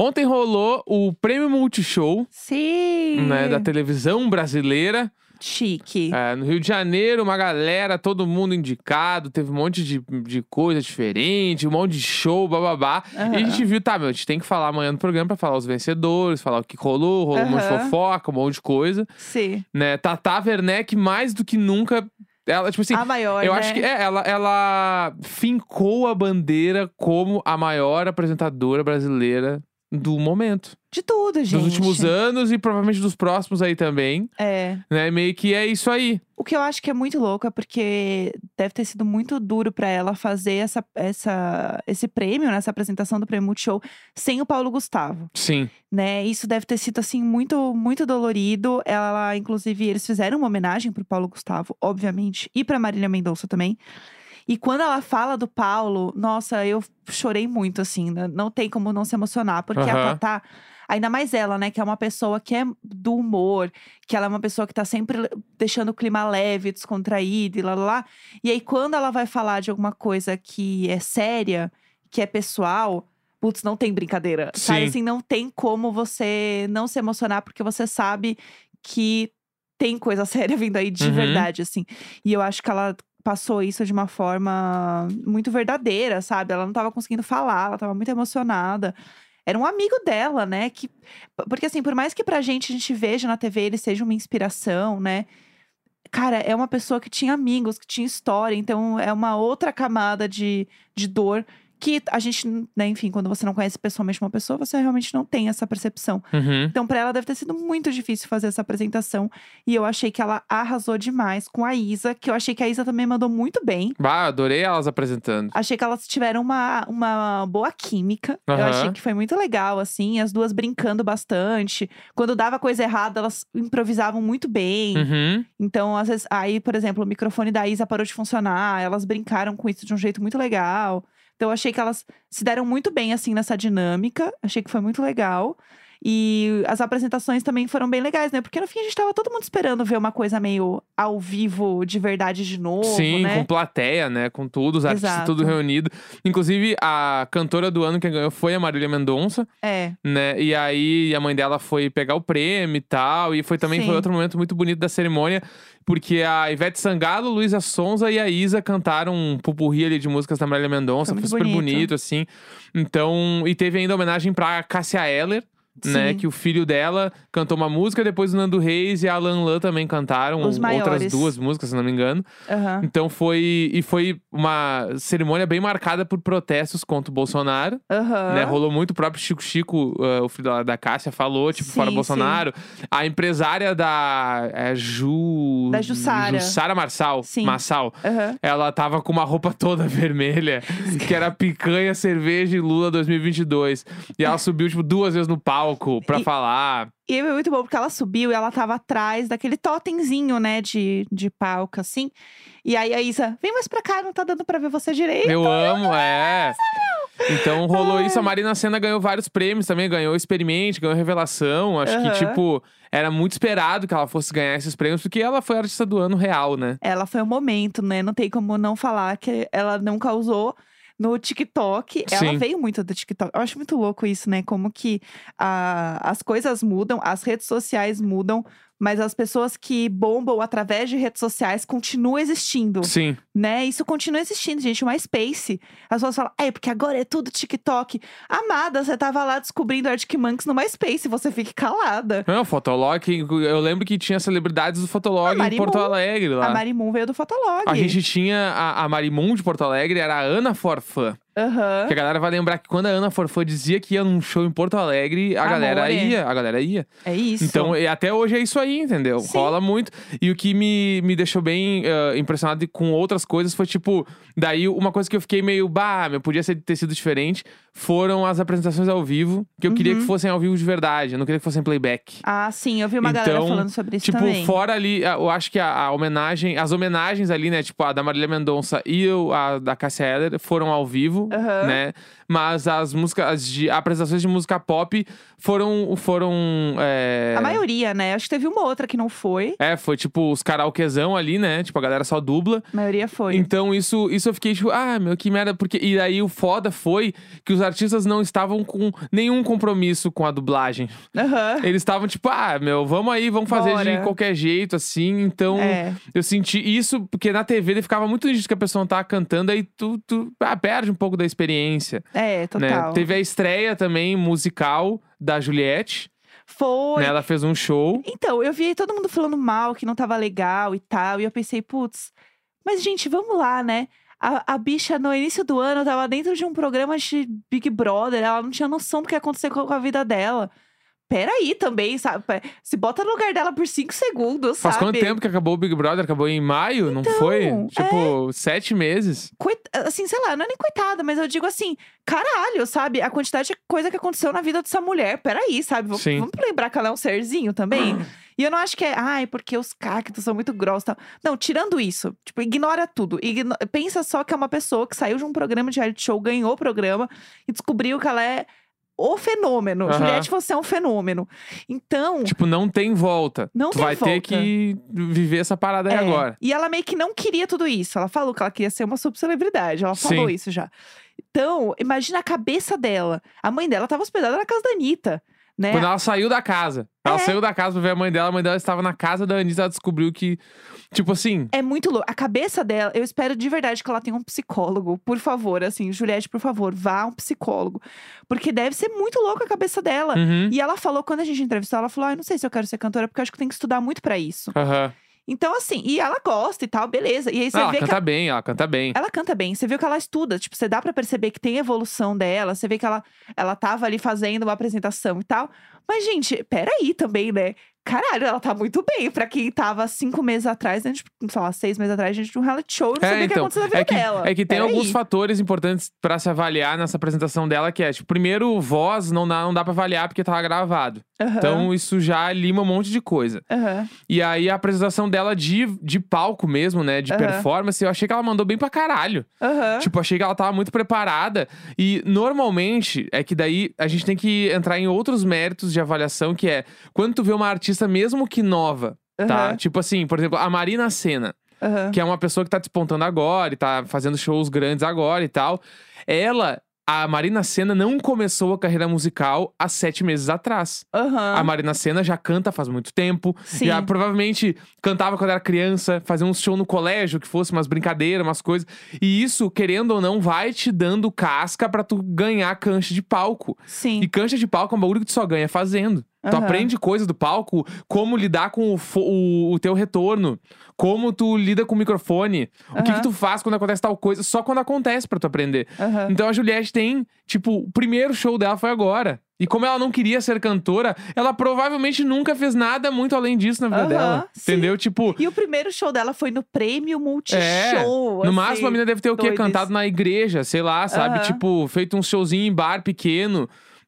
Speaker 2: Ontem rolou o Prêmio Multishow
Speaker 1: Sim.
Speaker 2: né, da televisão brasileira.
Speaker 1: Chique.
Speaker 2: É, no Rio de Janeiro, uma galera, todo mundo indicado, teve um monte de, de coisa diferente, um monte de show, bababá.
Speaker 1: Aham.
Speaker 2: E a gente viu, tá, meu, a gente tem que falar amanhã no programa pra falar os vencedores, falar o que rolou, rolou um monte de
Speaker 1: Aham.
Speaker 2: fofoca, um monte de coisa.
Speaker 1: Sim.
Speaker 2: Né? Tata Werneck, mais do que nunca, ela, tipo assim,
Speaker 1: a maior.
Speaker 2: eu
Speaker 1: né?
Speaker 2: acho que é, ela, ela fincou a bandeira como a maior apresentadora brasileira do momento.
Speaker 1: De tudo, gente.
Speaker 2: Dos últimos anos e provavelmente dos próximos aí também.
Speaker 1: É.
Speaker 2: Né? Meio que é isso aí.
Speaker 1: O que eu acho que é muito louco é porque deve ter sido muito duro pra ela fazer essa, essa, esse prêmio, né, essa apresentação do prêmio Multishow, sem o Paulo Gustavo,
Speaker 2: Sim.
Speaker 1: né? Isso deve ter sido, assim, muito, muito dolorido. Ela, inclusive, eles fizeram uma homenagem pro Paulo Gustavo, obviamente, e pra Marília Mendonça também. E quando ela fala do Paulo, nossa, eu chorei muito, assim. né? Não tem como não se emocionar, porque
Speaker 2: Aham.
Speaker 1: a Tatá, ainda mais ela, né, que é uma pessoa que é do humor, que ela é uma pessoa que tá sempre le- deixando o clima leve, descontraído e lá, lá, lá. E aí, quando ela vai falar de alguma coisa que é séria, que é pessoal. Putz, não tem brincadeira. Sabe
Speaker 2: Sim.
Speaker 1: assim, não tem como você não se emocionar, porque você sabe que tem coisa séria vindo aí de
Speaker 2: Uhum.
Speaker 1: verdade, assim. E eu acho que ela passou isso de uma forma muito verdadeira, sabe? Ela não tava conseguindo falar, ela tava muito emocionada. Era um amigo dela, né? Que, porque, assim, por mais que pra gente a gente veja na TV ele seja uma inspiração, né? Cara, é uma pessoa que tinha amigos, que tinha história, então é uma outra camada de, de dor Que a gente, né, enfim, quando você não conhece pessoalmente uma pessoa, você realmente não tem essa percepção.
Speaker 2: Uhum.
Speaker 1: Então, pra ela deve ter sido muito difícil fazer essa apresentação. E eu achei que ela arrasou demais com a Isa, que eu achei que a Isa também mandou muito bem.
Speaker 2: Bah, adorei elas apresentando.
Speaker 1: Achei que elas tiveram uma, uma boa química. Eu
Speaker 2: Aham.
Speaker 1: achei que foi muito legal, assim, as duas brincando bastante. Quando dava coisa errada, elas improvisavam muito bem.
Speaker 2: Uhum.
Speaker 1: Então, às vezes, aí, por exemplo, o microfone da Isa parou de funcionar, elas brincaram com isso de um jeito muito legal. Então, eu achei que elas se deram muito bem, assim, nessa dinâmica. Achei que foi muito legal. E as apresentações também foram bem legais, né? Porque no fim a gente tava todo mundo esperando ver uma coisa meio ao vivo, de verdade, de novo,
Speaker 2: Sim,
Speaker 1: né?
Speaker 2: com plateia, né? Com tudo, os artistas
Speaker 1: Exato.
Speaker 2: tudo reunido. Inclusive, a cantora do ano que ganhou foi a Marília Mendonça,
Speaker 1: É,
Speaker 2: né? E aí a mãe dela foi pegar o prêmio e tal. E foi também foi
Speaker 1: Sim.
Speaker 2: outro momento muito bonito da cerimônia, porque a Ivete Sangalo, Luísa Sonza e a Isa cantaram um pupurri ali de músicas da Marília Mendonça.
Speaker 1: Foi
Speaker 2: Foi,
Speaker 1: muito
Speaker 2: super bonito.
Speaker 1: bonito.
Speaker 2: assim. Então, e teve ainda homenagem pra Cássia Eller. Né,
Speaker 1: Sim.
Speaker 2: que o filho dela cantou uma música, depois o Nando Reis e a Alan Lan também cantaram
Speaker 1: Os
Speaker 2: outras
Speaker 1: maiores. Ah.
Speaker 2: duas músicas, se não me engano.
Speaker 1: aham.
Speaker 2: Então foi. E foi uma cerimônia bem marcada por protestos contra o Bolsonaro.
Speaker 1: Aham.
Speaker 2: Né? Rolou muito o próprio Chico Chico, ah, o filho da, da Cássia, falou, tipo,
Speaker 1: Sim,
Speaker 2: fora
Speaker 1: sim.
Speaker 2: Bolsonaro. A empresária da. É, Ju.
Speaker 1: Da Jussara.
Speaker 2: Jussara Marçal.
Speaker 1: Sim.
Speaker 2: Marçal.
Speaker 1: aham.
Speaker 2: Ela tava com uma roupa toda vermelha, que era picanha, cerveja e Lula 2022. E ela subiu, tipo, duas vezes no palco pra
Speaker 1: E-
Speaker 2: falar.
Speaker 1: E foi muito bom, porque ela subiu e ela tava atrás daquele totemzinho, né, de, de palco, assim. E aí a Isa, vem mais pra cá, não tá dando pra ver você direito.
Speaker 2: Eu amo, é. Então rolou isso. A Marina Senna ganhou vários prêmios também. Ganhou Experimente, ganhou Revelação. Acho que,
Speaker 1: Aham.
Speaker 2: tipo, era muito esperado que ela fosse ganhar esses prêmios, porque ela foi a artista do ano real, né?
Speaker 1: Ela foi o momento, né, não tem como não falar que ela não causou no TikTok.
Speaker 2: Sim.
Speaker 1: Ela veio muito do TikTok. Eu acho muito louco isso, né, como que ah, as coisas mudam, as redes sociais mudam. Mas as pessoas que bombam através de redes sociais continuam existindo.
Speaker 2: Sim.
Speaker 1: né? Isso continua existindo, gente. O MySpace. As pessoas falam, é, porque agora é tudo TikTok. Amada, você tava lá descobrindo Arctic Monks no MySpace, você fica calada.
Speaker 2: Não, o Fotolog, eu lembro que tinha celebridades do
Speaker 1: A
Speaker 2: Fotolog em
Speaker 1: Mari
Speaker 2: Porto
Speaker 1: Moon.
Speaker 2: Alegre lá.
Speaker 1: A Mari Moon veio do Fotolog.
Speaker 2: A gente tinha a, a Marimun de Porto Alegre, era a Ana Forfã.
Speaker 1: Aham.
Speaker 2: Que a galera vai lembrar que quando a Ana Forfã dizia que ia num show em Porto Alegre, a
Speaker 1: Amore.
Speaker 2: galera ia. A galera ia.
Speaker 1: É isso.
Speaker 2: Então, e até hoje é isso aí, entendeu?
Speaker 1: Sim.
Speaker 2: Rola muito. E o que me, me deixou bem ah, impressionado com outras coisas foi, tipo, daí uma coisa que eu fiquei meio, bah, meu, podia ser- ter sido diferente, foram as apresentações ao vivo, que eu
Speaker 1: Uhum.
Speaker 2: queria que fossem ao vivo de verdade, eu não queria que fossem playback.
Speaker 1: Ah, sim, eu vi uma galera
Speaker 2: Então,
Speaker 1: falando sobre isso
Speaker 2: Tipo,
Speaker 1: também.
Speaker 2: fora ali, ah, eu acho que a, a homenagem, as homenagens ali, né? Tipo, a da Marília Mendonça e o- a da Cássia Eller foram ao vivo,
Speaker 1: Aham.
Speaker 2: né? Mas as músicas, as de- apresentações de música pop foram. foram é,
Speaker 1: A maioria, né? Acho que teve uma outra que não foi.
Speaker 2: é, foi tipo os karaokezão ali, né? Tipo, a galera só dubla.
Speaker 1: A maioria foi.
Speaker 2: Então, isso, isso eu fiquei tipo, ah, meu, que merda. Porque... E aí, o foda foi que os artistas não estavam com nenhum compromisso com a dublagem.
Speaker 1: Aham.
Speaker 2: Eles estavam tipo, ah, meu, vamos aí, vamos fazer de
Speaker 1: Bora.
Speaker 2: qualquer jeito, assim. Então,
Speaker 1: É.
Speaker 2: eu senti isso, porque na TV ele ficava muito nítido que a pessoa não tava cantando, aí tu, tu ah, perde um pouco da experiência.
Speaker 1: É,
Speaker 2: né?
Speaker 1: total.
Speaker 2: Teve a estreia também musical da Juliette,
Speaker 1: Foi.
Speaker 2: né? Ela fez um show.
Speaker 1: Então, eu vi todo mundo falando mal, que não tava legal e tal. E eu pensei, putz, mas gente, vamos lá, né? A, a bicha, no início do ano, tava dentro de um programa de Big Brother. Ela não tinha noção do que ia acontecer com a vida dela. Peraí também, sabe? Pe- Se bota no lugar dela por cinco segundos,
Speaker 2: Faz
Speaker 1: sabe?
Speaker 2: quanto tempo que acabou o Big Brother? Acabou em maio, não foi?
Speaker 1: é.
Speaker 2: Tipo, sete meses.
Speaker 1: Coit- Assim, sei lá, não é nem coitada, mas eu digo assim, caralho, sabe? A quantidade de coisa que aconteceu na vida dessa mulher. Peraí, sabe? Vamos,
Speaker 2: Sim.
Speaker 1: vamos lembrar que ela é um serzinho também. e eu não acho que é, ai, porque os cactos são muito grossos e tal. Não, tirando isso, tipo, ignora tudo. Igno- Pensa só que é uma pessoa que saiu de um programa de reality show, ganhou o programa e descobriu que ela é o fenômeno.
Speaker 2: Aham.
Speaker 1: Juliette, você é um fenômeno. Então.
Speaker 2: Tipo, não tem volta.
Speaker 1: Não
Speaker 2: tu
Speaker 1: tem
Speaker 2: vai ter
Speaker 1: volta.
Speaker 2: que viver essa parada aí
Speaker 1: É,
Speaker 2: agora.
Speaker 1: E ela meio que não queria tudo isso. Ela falou que ela queria ser uma subcelebridade. Ela falou
Speaker 2: Sim.
Speaker 1: isso já. Então, imagina a cabeça dela. A mãe dela tava hospedada na casa da Anitta, né?
Speaker 2: Quando ela saiu da casa. Ela
Speaker 1: É.
Speaker 2: saiu da casa pra ver a mãe dela. A mãe dela estava na casa da Anitta. Ela descobriu que, tipo assim,
Speaker 1: É muito louco. A cabeça dela, eu espero de verdade que ela tenha um psicólogo. Por favor, assim, Juliette, por favor, vá a um psicólogo. Porque deve ser muito louco a cabeça dela.
Speaker 2: uhum,
Speaker 1: E ela falou, quando a gente entrevistou, ela falou: ah, eu não sei se eu quero ser cantora, porque eu acho que tem que estudar muito pra isso.
Speaker 2: aham,
Speaker 1: Então, assim, e ela gosta e tal, beleza. E aí você
Speaker 2: Ah, ela
Speaker 1: vê que
Speaker 2: canta bem, ela canta bem.
Speaker 1: ela canta bem, você viu que ela estuda, tipo, você dá pra perceber que tem evolução dela, você vê que ela, ela tava ali fazendo uma apresentação e tal. Mas, gente, peraí também, né? Caralho, ela tá muito bem. Pra quem tava cinco meses atrás, né? Tipo, sei lá, seis meses atrás, a gente de um reality show, não sabia o que aconteceu na vida
Speaker 2: é que,
Speaker 1: dela.
Speaker 2: é que tem
Speaker 1: Peraí.
Speaker 2: alguns fatores importantes pra se avaliar nessa apresentação dela, que é, tipo, primeiro, voz não dá, não dá pra avaliar porque tava gravado.
Speaker 1: Aham,
Speaker 2: Então, isso já lima um monte de coisa.
Speaker 1: aham.
Speaker 2: E aí, a apresentação dela de, de palco mesmo, né, de
Speaker 1: Aham.
Speaker 2: performance, eu achei que ela mandou bem pra caralho.
Speaker 1: aham.
Speaker 2: Tipo, achei que ela tava muito preparada. E normalmente é que daí a gente tem que entrar em outros méritos de avaliação, que é quando tu vê uma artista, mesmo que nova, tá?
Speaker 1: Aham.
Speaker 2: Tipo assim, por exemplo, a Marina Senna,
Speaker 1: aham.
Speaker 2: que é uma pessoa que tá despontando agora e tá fazendo shows grandes agora e tal. Ela, a Marina Senna, não começou a carreira musical há sete meses atrás. A
Speaker 1: Aham.
Speaker 2: Marina Senna já canta faz muito tempo.
Speaker 1: Sim.
Speaker 2: Já provavelmente cantava quando era criança, fazia uns show no colégio, que fosse umas brincadeiras, umas coisas. E isso, querendo ou não, vai te dando casca pra tu ganhar cancha de palco.
Speaker 1: Sim.
Speaker 2: E cancha de palco é um bagulho que tu só ganha fazendo. Tu
Speaker 1: Aham.
Speaker 2: aprende coisa do palco, como lidar com o, fo- o- o teu retorno, como tu lida com o microfone, o que,
Speaker 1: Aham.
Speaker 2: que tu faz quando acontece tal coisa, só quando acontece pra tu aprender.
Speaker 1: Aham.
Speaker 2: Então a Juliette tem, tipo, o primeiro show dela foi agora. E como ela não queria ser cantora, ela provavelmente nunca fez nada muito além disso na vida
Speaker 1: Aham,
Speaker 2: dela.
Speaker 1: sim.
Speaker 2: Entendeu? Tipo,
Speaker 1: E o primeiro show dela foi no Prêmio Multishow.
Speaker 2: É, no
Speaker 1: assim.
Speaker 2: máximo a menina deve ter o quê?
Speaker 1: doido
Speaker 2: Cantado
Speaker 1: isso.
Speaker 2: na igreja, sei lá, sabe?
Speaker 1: Aham.
Speaker 2: Tipo, feito um showzinho em bar pequeno.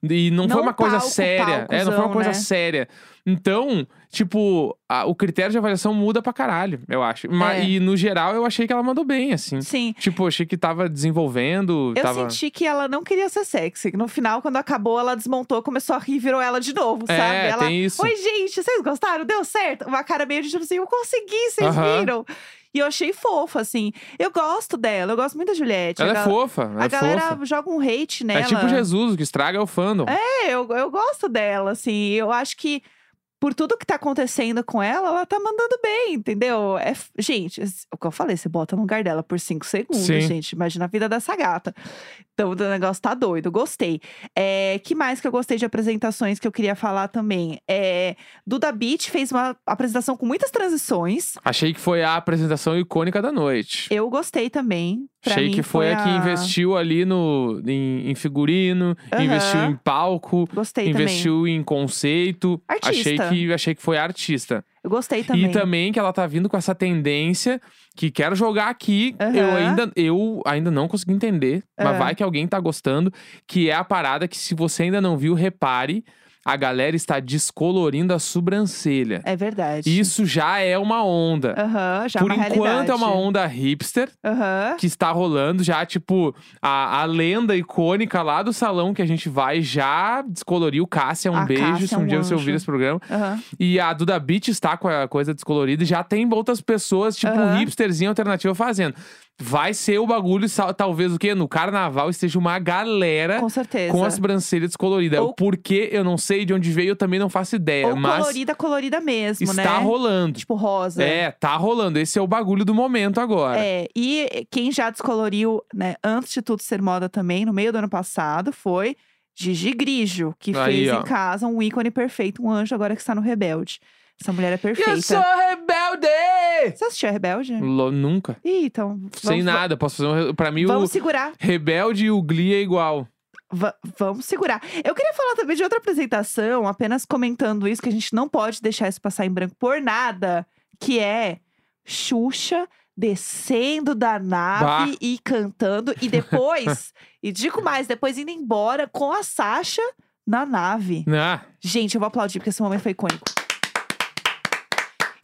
Speaker 2: E não,
Speaker 1: Não
Speaker 2: foi uma coisa
Speaker 1: palco,
Speaker 2: séria. É, não foi
Speaker 1: palcozão,
Speaker 2: uma coisa
Speaker 1: né?
Speaker 2: séria. Então, tipo, a- o critério de avaliação muda pra caralho, eu acho. Ma-
Speaker 1: É.
Speaker 2: E no geral, eu achei que ela mandou bem, assim.
Speaker 1: Sim.
Speaker 2: Tipo, achei que tava desenvolvendo.
Speaker 1: Eu
Speaker 2: tava...
Speaker 1: senti que ela não queria ser sexy. que No final, quando acabou, ela desmontou, começou a rir, virou ela de novo,
Speaker 2: É,
Speaker 1: sabe? Ela.
Speaker 2: tem isso.
Speaker 1: Oi, gente, vocês gostaram? Deu certo? Uma cara meio de tipo assim, eu consegui, vocês
Speaker 2: Aham.
Speaker 1: viram? E eu achei fofa, assim. Eu gosto dela, eu gosto muito da Juliette.
Speaker 2: Ela
Speaker 1: a
Speaker 2: é
Speaker 1: gal-
Speaker 2: fofa, ela
Speaker 1: A
Speaker 2: é
Speaker 1: galera
Speaker 2: fofa.
Speaker 1: joga um hate nela.
Speaker 2: É tipo Jesus, o que estraga é o fandom.
Speaker 1: É, eu, eu gosto dela, assim. Eu acho que por tudo que tá acontecendo com ela, ela tá mandando bem, entendeu? É, f- gente, es- o que eu falei, você bota no lugar dela por cinco segundos,
Speaker 2: Sim.
Speaker 1: gente. Imagina a vida dessa gata. Então, o negócio tá doido. Gostei. É, que mais que eu gostei de apresentações que eu queria falar também? É, Duda Beat fez uma apresentação com muitas transições.
Speaker 2: Achei que foi a apresentação icônica da noite.
Speaker 1: Eu gostei também. Pra
Speaker 2: Achei
Speaker 1: mim,
Speaker 2: que foi a que investiu ali no, em, em figurino,
Speaker 1: Aham.
Speaker 2: investiu em palco,
Speaker 1: Gostei também.
Speaker 2: investiu em conceito. Achei
Speaker 1: Artista.
Speaker 2: que, achei que foi artista.
Speaker 1: Eu gostei também.
Speaker 2: E também que ela tá vindo com essa tendência que quero jogar aqui.
Speaker 1: Aham.
Speaker 2: Eu, ainda, eu ainda não consegui entender,
Speaker 1: Aham.
Speaker 2: mas vai que alguém tá gostando. Que é a parada que, se você ainda não viu, repare. A galera está descolorindo a sobrancelha.
Speaker 1: É verdade.
Speaker 2: Isso já é uma onda.
Speaker 1: Aham, já é
Speaker 2: Por
Speaker 1: uma
Speaker 2: enquanto é uma
Speaker 1: realidade.
Speaker 2: onda hipster
Speaker 1: Aham.
Speaker 2: que está rolando já, tipo, a, a lenda icônica lá do salão que a gente vai já descoloriu. Cássia, um
Speaker 1: A
Speaker 2: beijo,
Speaker 1: Cássia
Speaker 2: se
Speaker 1: é
Speaker 2: um,
Speaker 1: um
Speaker 2: dia você
Speaker 1: anjo.
Speaker 2: ouvir esse programa.
Speaker 1: Aham.
Speaker 2: E a Duda Beat está com a coisa descolorida. e Já tem outras pessoas, tipo,
Speaker 1: Aham.
Speaker 2: hipsterzinho alternativo fazendo. Vai ser o bagulho, sal- talvez o quê? No carnaval esteja uma galera
Speaker 1: Com certeza.
Speaker 2: com a sobrancelha descolorida.
Speaker 1: Ou-
Speaker 2: É O porquê, eu não sei, de onde veio, eu também não faço ideia.
Speaker 1: Ou
Speaker 2: mas
Speaker 1: colorida, colorida mesmo,
Speaker 2: está
Speaker 1: né?
Speaker 2: rolando.
Speaker 1: Tipo rosa.
Speaker 2: É, tá rolando. Esse é o bagulho do momento agora.
Speaker 1: É, e quem já descoloriu, né, antes de tudo ser moda também, no meio do ano passado, foi Gigi Grigio, que
Speaker 2: Aí,
Speaker 1: fez
Speaker 2: ó.
Speaker 1: em casa um ícone perfeito, um anjo agora que está no Rebelde. Essa mulher é perfeita.
Speaker 2: Eu sou rebelde!
Speaker 1: Você assistiu a Rebelde?
Speaker 2: Lo- nunca.
Speaker 1: Ih, então. Vamos,
Speaker 2: Hum. Sem nada. Posso fazer um. re- Pra mim,
Speaker 1: Vamos
Speaker 2: o
Speaker 1: segurar.
Speaker 2: rebelde e o Glee é igual.
Speaker 1: Va- vamos segurar. Eu queria falar também de outra apresentação, apenas comentando isso, que a gente não pode deixar isso passar em branco por nada, que é Xuxa descendo da nave
Speaker 2: Bah.
Speaker 1: e cantando. E depois, e digo mais, depois indo embora com a Sasha na nave.
Speaker 2: Ah,
Speaker 1: Gente, eu vou aplaudir, porque esse momento foi icônico.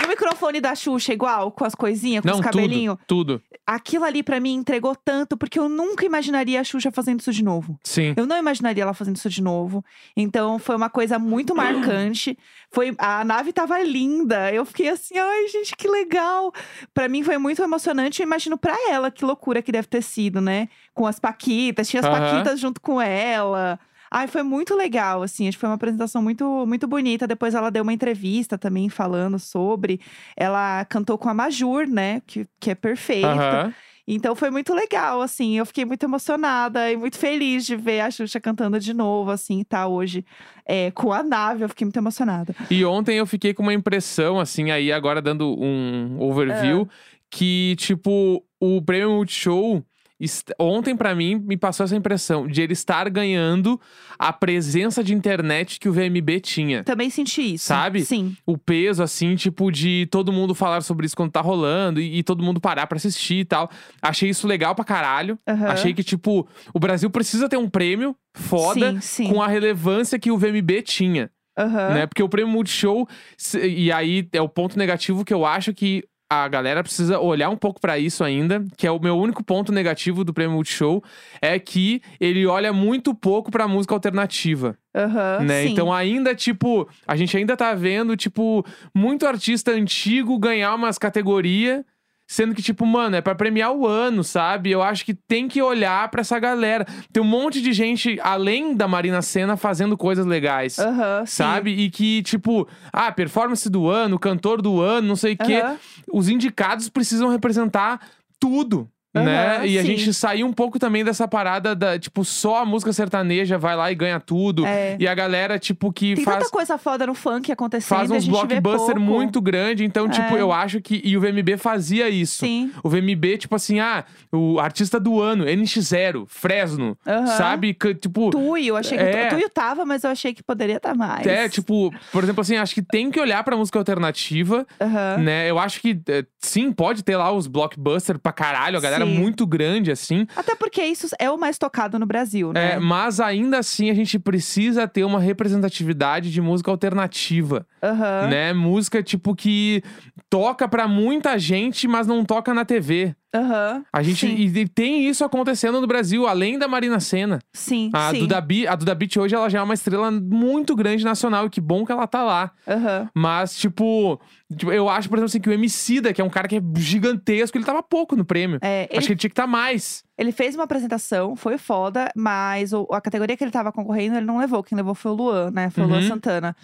Speaker 1: E o microfone da Xuxa, igual, com as coisinhas, com
Speaker 2: não,
Speaker 1: os cabelinhos.
Speaker 2: tudo. Tudo.
Speaker 1: Aquilo ali, pra mim, entregou tanto, porque eu nunca imaginaria a Xuxa fazendo isso de novo.
Speaker 2: Sim.
Speaker 1: Eu não imaginaria ela fazendo isso de novo. Então foi uma coisa muito marcante. Foi a nave tava linda. Eu fiquei assim, ai gente, que legal. Pra mim foi muito emocionante. Eu imagino pra ela que loucura que deve ter sido, né? Com as paquitas, tinha as
Speaker 2: Aham.
Speaker 1: paquitas junto com ela. Ai, foi muito legal, assim. Acho que foi uma apresentação muito, muito bonita. Depois ela deu uma entrevista também falando sobre. Ela cantou com a Majur, né? Que, que é perfeita.
Speaker 2: Aham.
Speaker 1: Então foi muito legal, assim. Eu fiquei muito emocionada e muito feliz de ver a Xuxa cantando de novo, assim, tá? Hoje é, com a nave, eu fiquei muito emocionada.
Speaker 2: E ontem eu fiquei com uma impressão, assim, aí agora dando um
Speaker 1: Ah.
Speaker 2: overview, que, tipo, o prêmio Multishow. est- Ontem, pra mim, me passou essa impressão de ele estar ganhando a presença de internet que o VMB tinha.
Speaker 1: Também senti isso.
Speaker 2: Sabe?
Speaker 1: Sim.
Speaker 2: O peso, assim, tipo, de todo mundo falar sobre isso quando tá rolando e, e todo mundo parar pra assistir e tal. Achei isso legal pra caralho.
Speaker 1: Aham.
Speaker 2: Achei que, tipo, o Brasil precisa ter um prêmio foda
Speaker 1: Sim, sim.
Speaker 2: com a relevância que o VMB tinha
Speaker 1: Aham.
Speaker 2: né? Porque o prêmio Multishow, se- e aí é o ponto negativo que eu acho que a galera precisa olhar um pouco pra isso ainda, que é o meu único ponto negativo do prêmio Multishow, é que ele olha muito pouco pra música alternativa,
Speaker 1: Aham.
Speaker 2: né?
Speaker 1: Ah, sim.
Speaker 2: Então ainda tipo, a gente ainda tá vendo tipo muito artista antigo ganhar umas categorias Sendo que, tipo, mano, é pra premiar o ano, sabe? Eu acho que tem que olhar pra essa galera. Tem um monte de gente, além da Marina Senna, fazendo coisas legais
Speaker 1: Aham, Ah, sim.
Speaker 2: sabe? E que, tipo, ah, performance do ano, cantor do ano, não sei o quê.
Speaker 1: Aham.
Speaker 2: Os indicados precisam representar tudo. Né?
Speaker 1: Aham,
Speaker 2: e a
Speaker 1: sim.
Speaker 2: gente saiu um pouco também dessa parada da, tipo, só a música sertaneja vai lá e ganha tudo.
Speaker 1: É.
Speaker 2: E a galera, tipo, que
Speaker 1: Tem
Speaker 2: faz
Speaker 1: tanta coisa foda no funk acontecendo.
Speaker 2: faz
Speaker 1: e a
Speaker 2: uns
Speaker 1: gente vê
Speaker 2: blockbuster
Speaker 1: pouco.
Speaker 2: muito grande. Então, tipo,
Speaker 1: É.
Speaker 2: eu acho que. E o VMB fazia isso.
Speaker 1: Sim.
Speaker 2: O VMB, tipo assim, ah, o artista do ano, NX0, Fresno,
Speaker 1: Aham.
Speaker 2: sabe? Que, tipo,
Speaker 1: Tuyo, eu achei
Speaker 2: É.
Speaker 1: que Tuyo tava, mas eu achei que poderia estar mais.
Speaker 2: é, tipo, por exemplo, assim, acho que tem que olhar pra música alternativa.
Speaker 1: Aham.
Speaker 2: né? Eu acho que eh, sim, pode ter lá os blockbuster pra caralho, a galera
Speaker 1: Sim.
Speaker 2: muito grande assim.
Speaker 1: Até porque isso é o mais tocado no Brasil, né?
Speaker 2: É, mas ainda assim a gente precisa ter uma representatividade de música alternativa,
Speaker 1: Aham.
Speaker 2: né? Música tipo que toca pra muita gente, mas não toca na TV.
Speaker 1: Aham.
Speaker 2: A gente
Speaker 1: Sim,
Speaker 2: e e tem isso acontecendo no Brasil, além da Marina Senna.
Speaker 1: sim.
Speaker 2: A
Speaker 1: sim.
Speaker 2: Duda, Bi, a Duda Beat hoje ela já é uma estrela muito grande nacional e que bom que ela tá lá.
Speaker 1: Aham.
Speaker 2: Mas, tipo, tipo, eu acho, por exemplo, assim, que o Emicida, que é um cara que é gigantesco, ele tava pouco no prêmio.
Speaker 1: É, ele,
Speaker 2: Acho que ele tinha que estar mais.
Speaker 1: ele fez uma apresentação, foi foda, mas o- a categoria que ele tava concorrendo, ele não levou. Quem levou foi o Luan, né? Foi o Luan
Speaker 2: Uhum.
Speaker 1: Santana.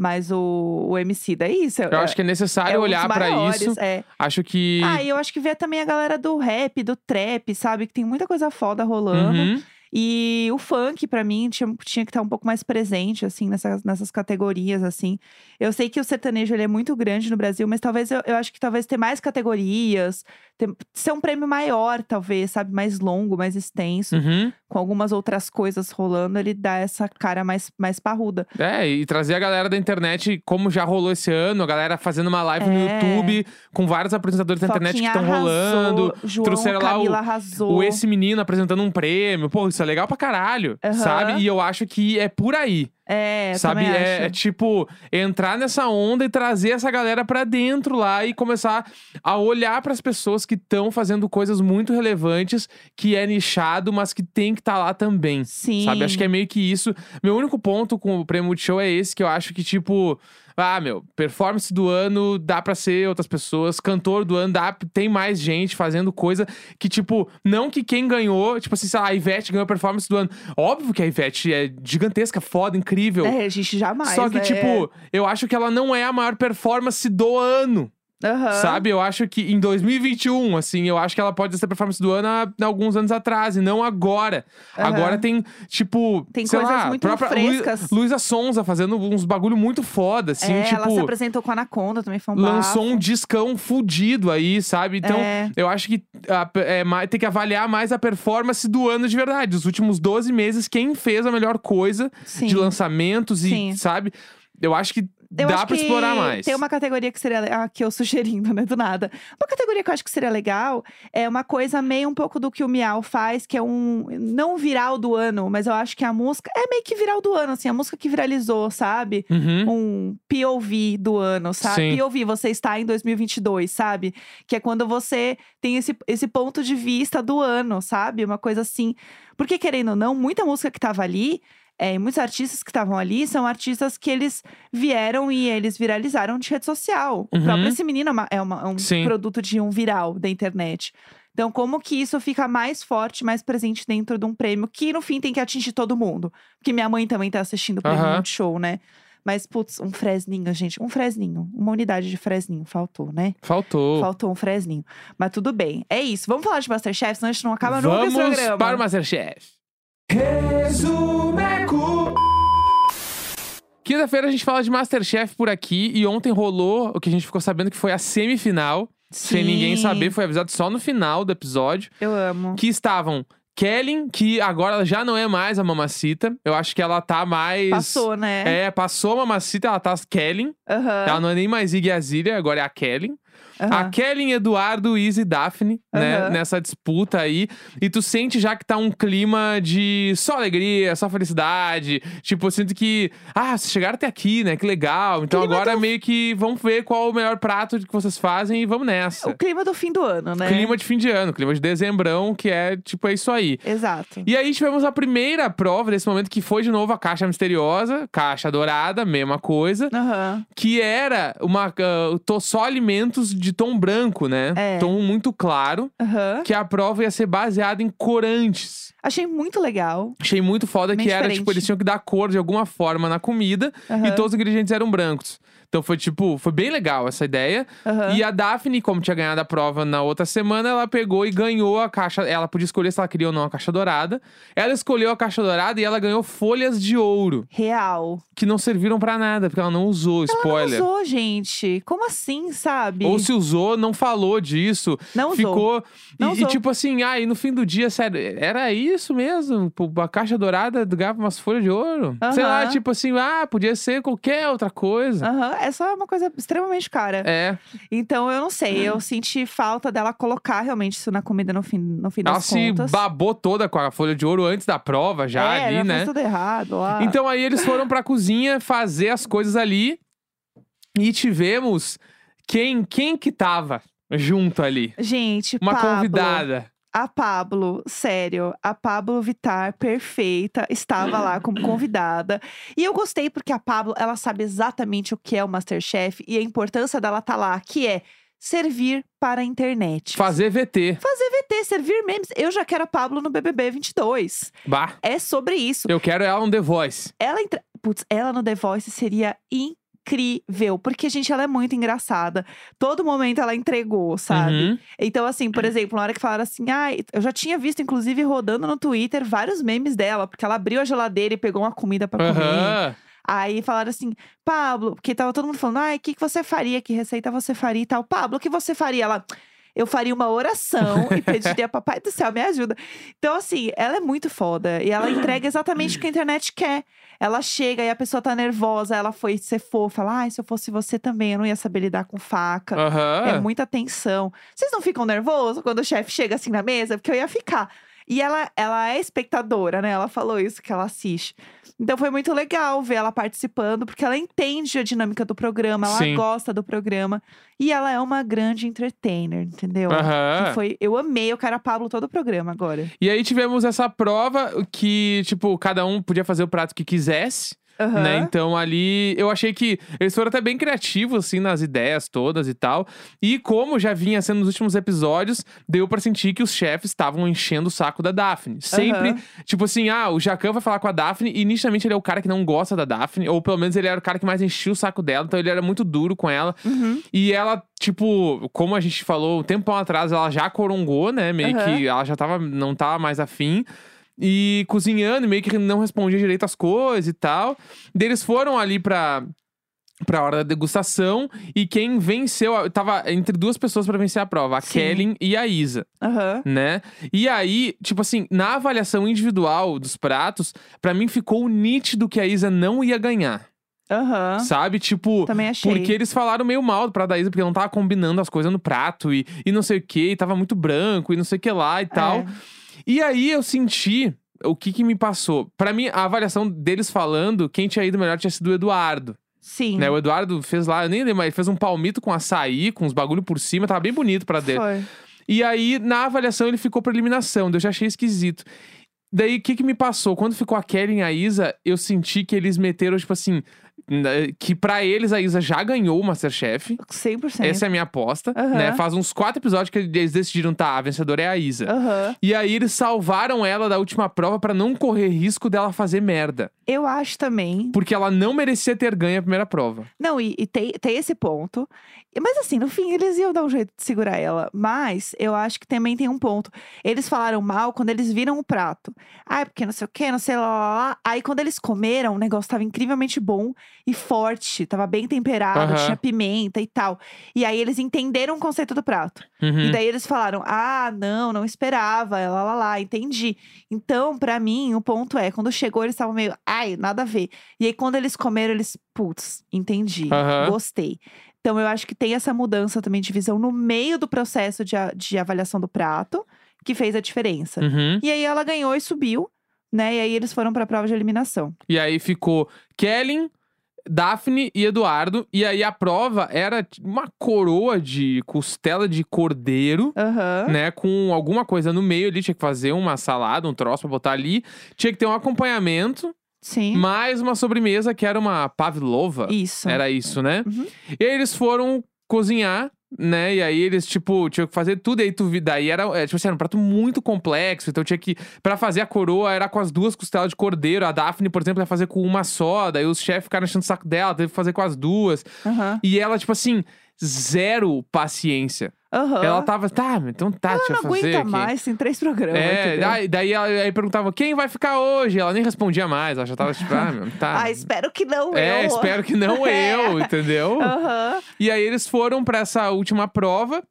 Speaker 1: Mas o, o MC daí, isso.
Speaker 2: Eu acho que é necessário
Speaker 1: é um dos
Speaker 2: olhar pra
Speaker 1: maiores,
Speaker 2: isso.
Speaker 1: É.
Speaker 2: Acho que.
Speaker 1: Ah, e eu acho que vê também a galera do rap, do trap, sabe? Que tem muita coisa foda rolando.
Speaker 2: Uhum.
Speaker 1: E o funk, pra mim, tinha, tinha que estar um pouco mais presente, assim, nessas, nessas categorias, assim. Eu sei que o sertanejo, ele é muito grande no Brasil, mas talvez, eu, eu acho que talvez ter mais categorias, ter- ser um prêmio maior, talvez, sabe? Mais longo, mais extenso,
Speaker 2: Uhum.
Speaker 1: com algumas outras coisas rolando, ele dá essa cara mais, mais parruda.
Speaker 2: É, e trazer a galera da internet, como já rolou esse ano, a galera fazendo uma live no
Speaker 1: É.
Speaker 2: YouTube, com vários apresentadores da internet
Speaker 1: Foquinha
Speaker 2: que estão
Speaker 1: arrasou,
Speaker 2: rolando.
Speaker 1: João,
Speaker 2: trouxeram lá o-
Speaker 1: Camila arrasou.
Speaker 2: Ou esse menino apresentando um prêmio. Pô, isso é legal pra caralho,
Speaker 1: Aham.
Speaker 2: sabe? E eu acho que é por aí,
Speaker 1: É,
Speaker 2: sabe?
Speaker 1: também
Speaker 2: É, é
Speaker 1: acho.
Speaker 2: tipo, entrar nessa onda e trazer essa galera pra dentro lá e começar a olhar pras pessoas que estão fazendo coisas muito relevantes, que é nichado, mas que tem que estar lá também.
Speaker 1: Sim.
Speaker 2: Sabe? Acho que é meio que isso. Meu único ponto com o prêmio Multishow é esse, que eu acho que, tipo, ah, meu, performance do ano dá pra ser outras pessoas, cantor do ano dá, tem mais gente fazendo coisa que, tipo, não que quem ganhou, tipo assim, sei lá, a Ivete ganhou a performance do ano. Óbvio que a Ivete é gigantesca, foda, incrível.
Speaker 1: É, a gente jamais,
Speaker 2: Só que,
Speaker 1: né?
Speaker 2: tipo, eu acho que ela não é a maior performance do ano,
Speaker 1: Aham.
Speaker 2: sabe? Eu acho que em 2021, assim, eu acho que ela pode ser a performance do ano há, há alguns anos atrás, e não agora.
Speaker 1: Aham.
Speaker 2: Agora tem, tipo,
Speaker 1: Tem
Speaker 2: sei
Speaker 1: coisas
Speaker 2: lá,
Speaker 1: muito
Speaker 2: própria
Speaker 1: frescas.
Speaker 2: Luísa Sonza fazendo uns bagulho muito foda, assim,
Speaker 1: é, ela se
Speaker 2: tipo,
Speaker 1: apresentou com a Anaconda, também foi um
Speaker 2: lançou
Speaker 1: bafo.
Speaker 2: um discão fudido aí, sabe? Então,
Speaker 1: É.
Speaker 2: eu acho que a- é ma- tem que avaliar mais a performance do ano de verdade. Os últimos 12 meses, quem fez a melhor coisa
Speaker 1: Sim.
Speaker 2: de lançamentos e,
Speaker 1: Sim.
Speaker 2: sabe? Eu acho que
Speaker 1: Eu
Speaker 2: dá
Speaker 1: acho
Speaker 2: pra
Speaker 1: que
Speaker 2: explorar mais.
Speaker 1: Tem uma categoria que seria. le- Ah, que eu sugerindo, né? Do nada. Uma categoria que eu acho que seria legal é uma coisa meio um pouco do que o Miau faz, que é um. Não viral do ano, mas eu acho que a música. É meio que viral do ano, assim. A música que viralizou, sabe?
Speaker 2: Uhum.
Speaker 1: Um POV do ano, sabe?
Speaker 2: Sim.
Speaker 1: POV, você está em 2022, sabe? Que é quando você tem esse, esse ponto de vista do ano, sabe? Uma coisa assim. Porque, querendo ou não, muita música que tava ali, é, e muitos artistas que estavam ali, são artistas que eles vieram e eles viralizaram de rede social. O
Speaker 2: Uhum.
Speaker 1: próprio esse menino é, uma- é uma- é um
Speaker 2: Sim.
Speaker 1: produto de um viral da internet. Então, como que isso fica mais forte, mais presente dentro de um prêmio que, no fim, tem que atingir todo mundo? Porque minha mãe também tá assistindo o prêmio
Speaker 2: Aham.
Speaker 1: Multishow, né? Mas, putz, um fresninho, gente. Um fresninho. Uma unidade de fresninho faltou, né?
Speaker 2: Faltou.
Speaker 1: Faltou um fresninho. Mas tudo bem. É isso. Vamos falar de Masterchef, senão a gente não acaba nunca
Speaker 2: Vamos
Speaker 1: esse programa.
Speaker 2: para o Masterchef. Quinta-feira a gente fala de Masterchef por aqui e ontem rolou o que a gente ficou sabendo que foi a semifinal. Sem
Speaker 1: Sim.
Speaker 2: ninguém saber, foi avisado só no final do episódio.
Speaker 1: Eu amo.
Speaker 2: Que estavam Kellen, que agora ela já não é mais a Mamacita. Eu acho que ela tá mais.
Speaker 1: Passou, né?
Speaker 2: É, passou a Mamacita, ela tá Kellen.
Speaker 1: Aham.
Speaker 2: Ela não é nem mais Iggy Azalea, agora é a Kellen. A
Speaker 1: aham.
Speaker 2: Kellen, Eduardo, Izzy e Daphne, né?
Speaker 1: Aham.
Speaker 2: Nessa disputa aí. E tu sente já que tá um clima de só alegria, só felicidade. Tipo, eu sinto que, ah, vocês chegaram até aqui, né? Que legal. Então
Speaker 1: Clima
Speaker 2: agora meio que vamos ver qual é o melhor prato que vocês fazem e vamos nessa.
Speaker 1: O clima do fim do ano, né?
Speaker 2: Clima de fim de ano, clima de dezembrão, que é tipo, é isso aí.
Speaker 1: Exato.
Speaker 2: E aí tivemos a primeira prova desse momento, que foi de novo a caixa misteriosa, caixa dourada, mesma coisa
Speaker 1: Aham.
Speaker 2: que era uma ah, to- só alimentos de tom branco, né?
Speaker 1: É.
Speaker 2: Tom muito claro,
Speaker 1: Aham.
Speaker 2: que a prova ia ser baseada em corantes.
Speaker 1: Achei muito legal.
Speaker 2: Achei muito foda
Speaker 1: Bem
Speaker 2: que era,
Speaker 1: diferente.
Speaker 2: tipo, eles tinham que dar cor de alguma forma na comida e
Speaker 1: Aham.
Speaker 2: todos os ingredientes eram brancos. Então foi tipo, foi bem legal essa ideia.
Speaker 1: Aham.
Speaker 2: E a Daphne, como tinha ganhado a prova na outra semana, ela pegou e ganhou a caixa. Ela podia escolher se ela queria ou não a caixa dourada. Ela escolheu a caixa dourada e ela ganhou folhas de ouro,
Speaker 1: Real.
Speaker 2: que não serviram pra nada, porque ela não usou. Spoiler.
Speaker 1: Não usou, gente. Como assim, sabe?
Speaker 2: Ou se usou, não falou disso.
Speaker 1: Não usou.
Speaker 2: Ficou. e-
Speaker 1: Não
Speaker 2: e,
Speaker 1: usou.
Speaker 2: tipo assim, ah, e no fim do dia, sério, era isso mesmo? Pô, A caixa dourada ganhava umas folhas de ouro. Sei lá,
Speaker 1: Aham.
Speaker 2: tipo assim, ah, podia ser qualquer outra coisa.
Speaker 1: Aham, é só uma coisa extremamente cara.
Speaker 2: É,
Speaker 1: Então eu não sei, eu senti falta dela colocar realmente isso na comida no fim, no fim
Speaker 2: ela
Speaker 1: das
Speaker 2: se
Speaker 1: contas.
Speaker 2: babou toda com a folha de ouro antes da prova, já
Speaker 1: é,
Speaker 2: ali,
Speaker 1: ela
Speaker 2: né?
Speaker 1: fez tudo errado lá.
Speaker 2: Então aí eles foram pra cozinha fazer as coisas ali e tivemos quem, quem que tava junto ali?
Speaker 1: Gente,
Speaker 2: Uma
Speaker 1: Pablo,
Speaker 2: convidada.
Speaker 1: A Pablo, sério, a Pablo Vitar, perfeita, estava lá como convidada. E eu gostei porque a Pablo, ela sabe exatamente o que é o Masterchef e a importância dela estar lá, que é servir para a internet.
Speaker 2: Fazer VT.
Speaker 1: Fazer VT, servir memes. Eu já quero a Pablo no BBB 22.
Speaker 2: Bah.
Speaker 1: É sobre isso.
Speaker 2: Eu quero ela um The Voice.
Speaker 1: Ela entra... Putz, ela no The Voice seria incrível. Porque, gente, ela é muito engraçada. Todo momento ela entregou, sabe?
Speaker 2: Uhum.
Speaker 1: Então, assim, por exemplo, na hora que falaram assim, ai, eu já tinha visto, inclusive, rodando no Twitter vários memes dela, porque ela abriu a geladeira e pegou uma comida pra comer.
Speaker 2: Aham.
Speaker 1: Aí falaram assim, Pablo, porque tava todo mundo falando, ai, o que, que você faria? Que receita você faria e tal? Pablo, o que você faria? Ela. Eu faria uma oração e pediria, papai do céu, me ajuda. Então, assim, ela é muito foda. E ela entrega exatamente o que a internet quer. Ela chega e a pessoa tá nervosa, ela foi ser fofa. Ela, ai, se eu fosse você também, eu não ia saber lidar com faca.
Speaker 2: Aham.
Speaker 1: É muita tensão. Vocês não ficam nervosos quando o chefe chega assim na mesa? Porque eu ia ficar. E ela, ela é espectadora, né? Ela falou isso que ela assiste. Então foi muito legal ver ela participando, porque ela entende a dinâmica do programa, ela
Speaker 2: Sim.
Speaker 1: gosta do programa. E ela é uma grande entertainer, entendeu?
Speaker 2: Aham.
Speaker 1: Que foi, eu amei o cara Pablo todo o programa agora.
Speaker 2: E aí tivemos essa prova que, tipo, cada um podia fazer o prato que quisesse.
Speaker 1: Aham.
Speaker 2: Né? Então ali eu achei que eles foram até bem criativos, assim, nas ideias todas e tal. E como já vinha sendo nos últimos episódios, deu pra sentir que os chefes estavam enchendo o saco da Daphne. Sempre,
Speaker 1: Aham.
Speaker 2: tipo assim, ah, o Jacan vai falar com a Daphne e nitidamente ele é o cara que não gosta da Daphne, ou pelo menos ele era o cara que mais enchia o saco dela, então ele era muito duro com ela.
Speaker 1: Uhum.
Speaker 2: E ela, tipo, como a gente falou um tempão atrás, ela já corongou, né? Meio
Speaker 1: Aham.
Speaker 2: que ela já tava, não tava mais afim. E cozinhando, meio que não respondia direito as coisas e tal. Daí eles foram ali pra. Pra hora da degustação, e quem venceu, a- tava entre duas pessoas pra vencer a prova, a
Speaker 1: Sim.
Speaker 2: Kellen e a Isa
Speaker 1: Aham.
Speaker 2: né? E aí, tipo assim, na avaliação individual dos pratos, pra mim ficou nítido que a Isa não ia ganhar,
Speaker 1: Aham.
Speaker 2: sabe? Tipo,
Speaker 1: Também achei.
Speaker 2: porque eles falaram meio mal do prato da Isa, porque não tava combinando as coisas no prato e, e não sei o que, e tava muito branco e não sei o que lá e
Speaker 1: É.
Speaker 2: tal. E aí eu senti o que que me passou. Pra mim, a avaliação deles falando, quem tinha ido melhor tinha sido o Eduardo,
Speaker 1: Sim.
Speaker 2: né? O Eduardo fez lá, eu nem lembro, mas ele fez um palmito com açaí, com uns bagulho por cima, tava bem bonito pra dele.
Speaker 1: Foi.
Speaker 2: E aí, na avaliação, ele ficou pra eliminação. daí Eu já achei esquisito. Daí, o que que me passou? Quando ficou a Kellen e a Isa, eu senti que eles meteram, tipo assim... né, que pra eles a Isa já ganhou o Masterchef.
Speaker 1: 100%.
Speaker 2: Essa é a minha aposta.
Speaker 1: Aham.
Speaker 2: Né? Faz uns quatro episódios que eles decidiram, tá, a vencedora é a Isa.
Speaker 1: Aham.
Speaker 2: E aí eles salvaram ela da última prova pra não correr risco dela fazer merda.
Speaker 1: Eu acho também.
Speaker 2: Porque ela não merecia ter ganho a primeira prova.
Speaker 1: Não, e, e tem, tem esse ponto. E- Mas assim, no fim, eles iam dar um jeito de segurar ela. Mas eu acho que também tem um ponto. Eles falaram mal quando eles viram o prato. Ah, é porque não sei o quê, não sei lá, lá, lá. Aí quando eles comeram, o negócio tava incrivelmente bom e forte. Tava bem temperado,
Speaker 2: Aham.
Speaker 1: tinha pimenta e tal. E aí eles entenderam o conceito do prato.
Speaker 2: Uhum.
Speaker 1: E daí eles falaram: ah, não, não esperava, lá, lá, lá, entendi. Então, pra mim, o ponto é: quando chegou, eles estavam meio, ai, nada a ver. E aí, quando eles comeram, eles, putz, entendi,
Speaker 2: Aham.
Speaker 1: gostei. Então, eu acho que tem essa mudança também de visão no meio do processo de, a- de avaliação do prato, que fez a diferença.
Speaker 2: Uhum.
Speaker 1: E aí, ela ganhou e subiu, né? E aí, eles foram pra prova de eliminação.
Speaker 2: E aí ficou Kellen, Daphne e Eduardo. E aí a prova era uma coroa de costela de cordeiro.
Speaker 1: Aham.
Speaker 2: Né, com alguma coisa no meio ali, tinha que fazer uma salada, um troço pra botar ali. Tinha que ter um acompanhamento,
Speaker 1: Sim.
Speaker 2: mais uma sobremesa que era uma pavlova.
Speaker 1: Isso.
Speaker 2: Era isso, né?
Speaker 1: Uhum.
Speaker 2: E aí eles foram cozinhar, né? E aí eles, tipo, tinham que fazer tudo. E aí tu vi, daí era, é, tipo assim, era um prato muito complexo. Então tinha que, pra fazer a coroa, era com as duas costelas de cordeiro. A Daphne, por exemplo, ia fazer com uma só. Daí os chefes ficaram enchendo o saco dela, teve que fazer com as duas.
Speaker 1: Aham.
Speaker 2: E ela, tipo assim, zero paciência.
Speaker 1: Aham.
Speaker 2: Ela tava, tá, então tá, deixa
Speaker 1: não
Speaker 2: eu fazer
Speaker 1: aguenta
Speaker 2: aqui.
Speaker 1: mais, tem três programas.
Speaker 2: É,
Speaker 1: entendeu?
Speaker 2: daí, daí ela aí perguntava quem vai ficar hoje. Ela nem respondia mais, ela já tava tipo, ah, meu, tá.
Speaker 1: Ah, espero que não
Speaker 2: é,
Speaker 1: eu.
Speaker 2: espero que não
Speaker 1: É.
Speaker 2: eu, entendeu?
Speaker 1: Aham.
Speaker 2: E aí eles foram pra essa última prova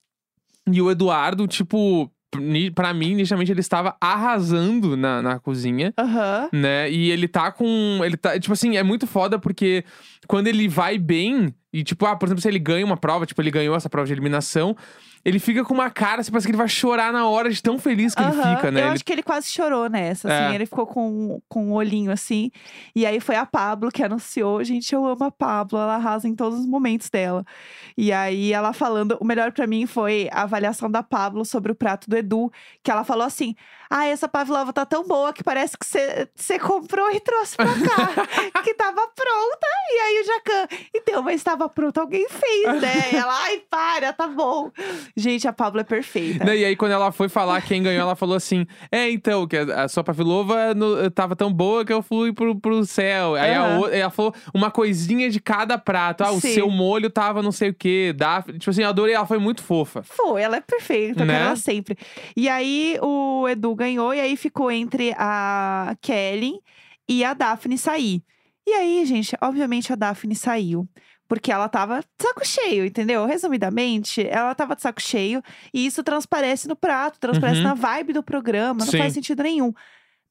Speaker 2: e o Eduardo, tipo, ni- pra mim, inicialmente ele estava arrasando na, na cozinha.
Speaker 1: Aham.
Speaker 2: Né? E ele tá com. Ele tá. Tipo assim, é muito foda porque quando ele vai bem, e tipo, ah, por exemplo, se ele ganha uma prova, tipo, ele ganhou essa prova de eliminação, ele fica com uma cara, assim, parece que ele vai chorar na hora de tão feliz que ele
Speaker 1: aham.
Speaker 2: fica, né?
Speaker 1: Eu
Speaker 2: Ele-
Speaker 1: acho que ele quase chorou nessa, assim.
Speaker 2: É.
Speaker 1: Ele ficou com, com um olhinho, assim. E aí foi a Pablo que anunciou. Gente, eu amo a Pablo. Ela arrasa em todos os momentos dela. E aí ela falando... O melhor pra mim foi a avaliação da Pablo sobre o prato do Edu. Que ela falou assim... Ah, essa pavlova tá tão boa que parece que você comprou e trouxe pra cá. que tava pronta. E aí o Jacan... Então, mas estava pronta, alguém fez, né? E ela... Ai, para, tá bom. Gente, a Pablo é perfeita.
Speaker 2: Né, E aí, quando ela foi falar quem ganhou, ela falou assim: É, então, que a, a sua pavilova no- tava tão boa que eu fui pro, pro céu. Aí a
Speaker 1: Aham.
Speaker 2: outra- ela falou uma coisinha de cada prato. Ah, o
Speaker 1: Sim.
Speaker 2: seu molho tava não sei o quê. Da, tipo assim, eu adorei, ela foi muito fofa.
Speaker 1: Foi, ela é perfeita, eu
Speaker 2: Né?
Speaker 1: quero ela sempre. E aí o Edu ganhou, e aí ficou entre a Kelly e a Daphne sair. E aí, gente, obviamente a Daphne saiu. Porque ela tava de saco cheio, entendeu? Resumidamente, ela tava de saco cheio. E isso transparece no prato, transparece
Speaker 2: Uhum.
Speaker 1: na vibe do programa, não
Speaker 2: Sim.
Speaker 1: faz sentido nenhum.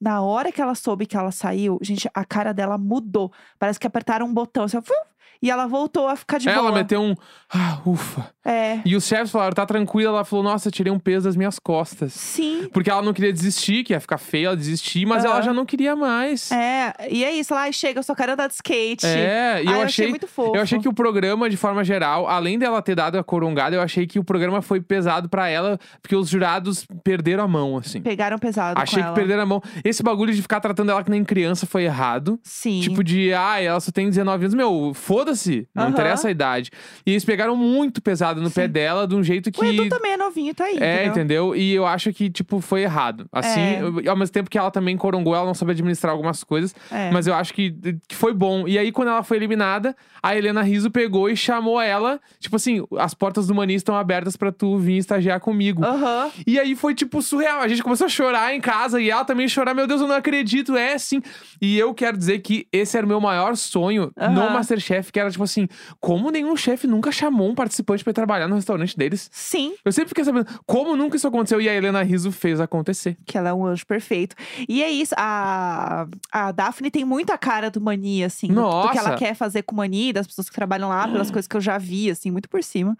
Speaker 1: Na hora que ela soube que ela saiu, gente, a cara dela mudou. Parece que apertaram um botão, assim, ó, fuf, e ela voltou a ficar de
Speaker 2: ela
Speaker 1: boa.
Speaker 2: meteu um. Ah, ufa.
Speaker 1: É,
Speaker 2: E os chefes falaram: Tá tranquila. Ela falou: Nossa, tirei um peso das minhas costas.
Speaker 1: sim.
Speaker 2: Porque ela não queria desistir, que ia ficar feia ela desistir, mas ela
Speaker 1: Aham.
Speaker 2: já não queria mais.
Speaker 1: É, e é isso. Lá, ai, chega, eu só quero andar de skate.
Speaker 2: É,
Speaker 1: Ai,
Speaker 2: e eu
Speaker 1: eu
Speaker 2: achei
Speaker 1: muito fofo.
Speaker 2: Eu achei que o programa, de forma geral, além dela ter dado a corongada, eu achei que o programa foi pesado pra ela, porque os jurados perderam a mão, assim.
Speaker 1: Pegaram pesado
Speaker 2: achei
Speaker 1: com
Speaker 2: que
Speaker 1: ela.
Speaker 2: perderam a mão. Esse bagulho de ficar tratando ela que nem criança foi errado.
Speaker 1: Sim.
Speaker 2: Tipo de, ah, ela só tem 19 anos. Meu, foda-se, não
Speaker 1: Aham.
Speaker 2: interessa a idade. E eles pegaram muito pesado no pé dela, de um jeito que.
Speaker 1: O Edu também é novinho, tá aí.
Speaker 2: É,
Speaker 1: entendeu?
Speaker 2: entendeu? E eu acho que, tipo, foi errado. Assim,
Speaker 1: É.
Speaker 2: eu- ao mesmo tempo que ela também corongou, ela não soube administrar algumas coisas.
Speaker 1: É.
Speaker 2: Mas eu acho que, que foi bom. E aí, quando ela foi eliminada, a Helena Riso pegou e chamou ela. Tipo assim, as portas do Mani estão abertas pra tu vir estagiar comigo.
Speaker 1: Aham.
Speaker 2: E aí foi, tipo, surreal. A gente começou a chorar em casa e ela também chorar. Meu Deus, eu não acredito. É, sim. E eu quero dizer que esse era o meu maior sonho no
Speaker 1: Aham.
Speaker 2: Masterchef, que era, tipo assim, como nenhum chefe nunca chamou um participante pra ir trabalhar no restaurante deles.
Speaker 1: Sim,
Speaker 2: Eu sempre fiquei sabendo como nunca isso aconteceu e a Helena Riso fez acontecer.
Speaker 1: que ela é um anjo perfeito. E é isso, a, a Daphne tem muita cara do Mani, assim. do- Do que
Speaker 2: Nossa!
Speaker 1: ela quer fazer com o Mani, das pessoas que trabalham lá, pelas coisas que eu já vi, assim, muito por cima.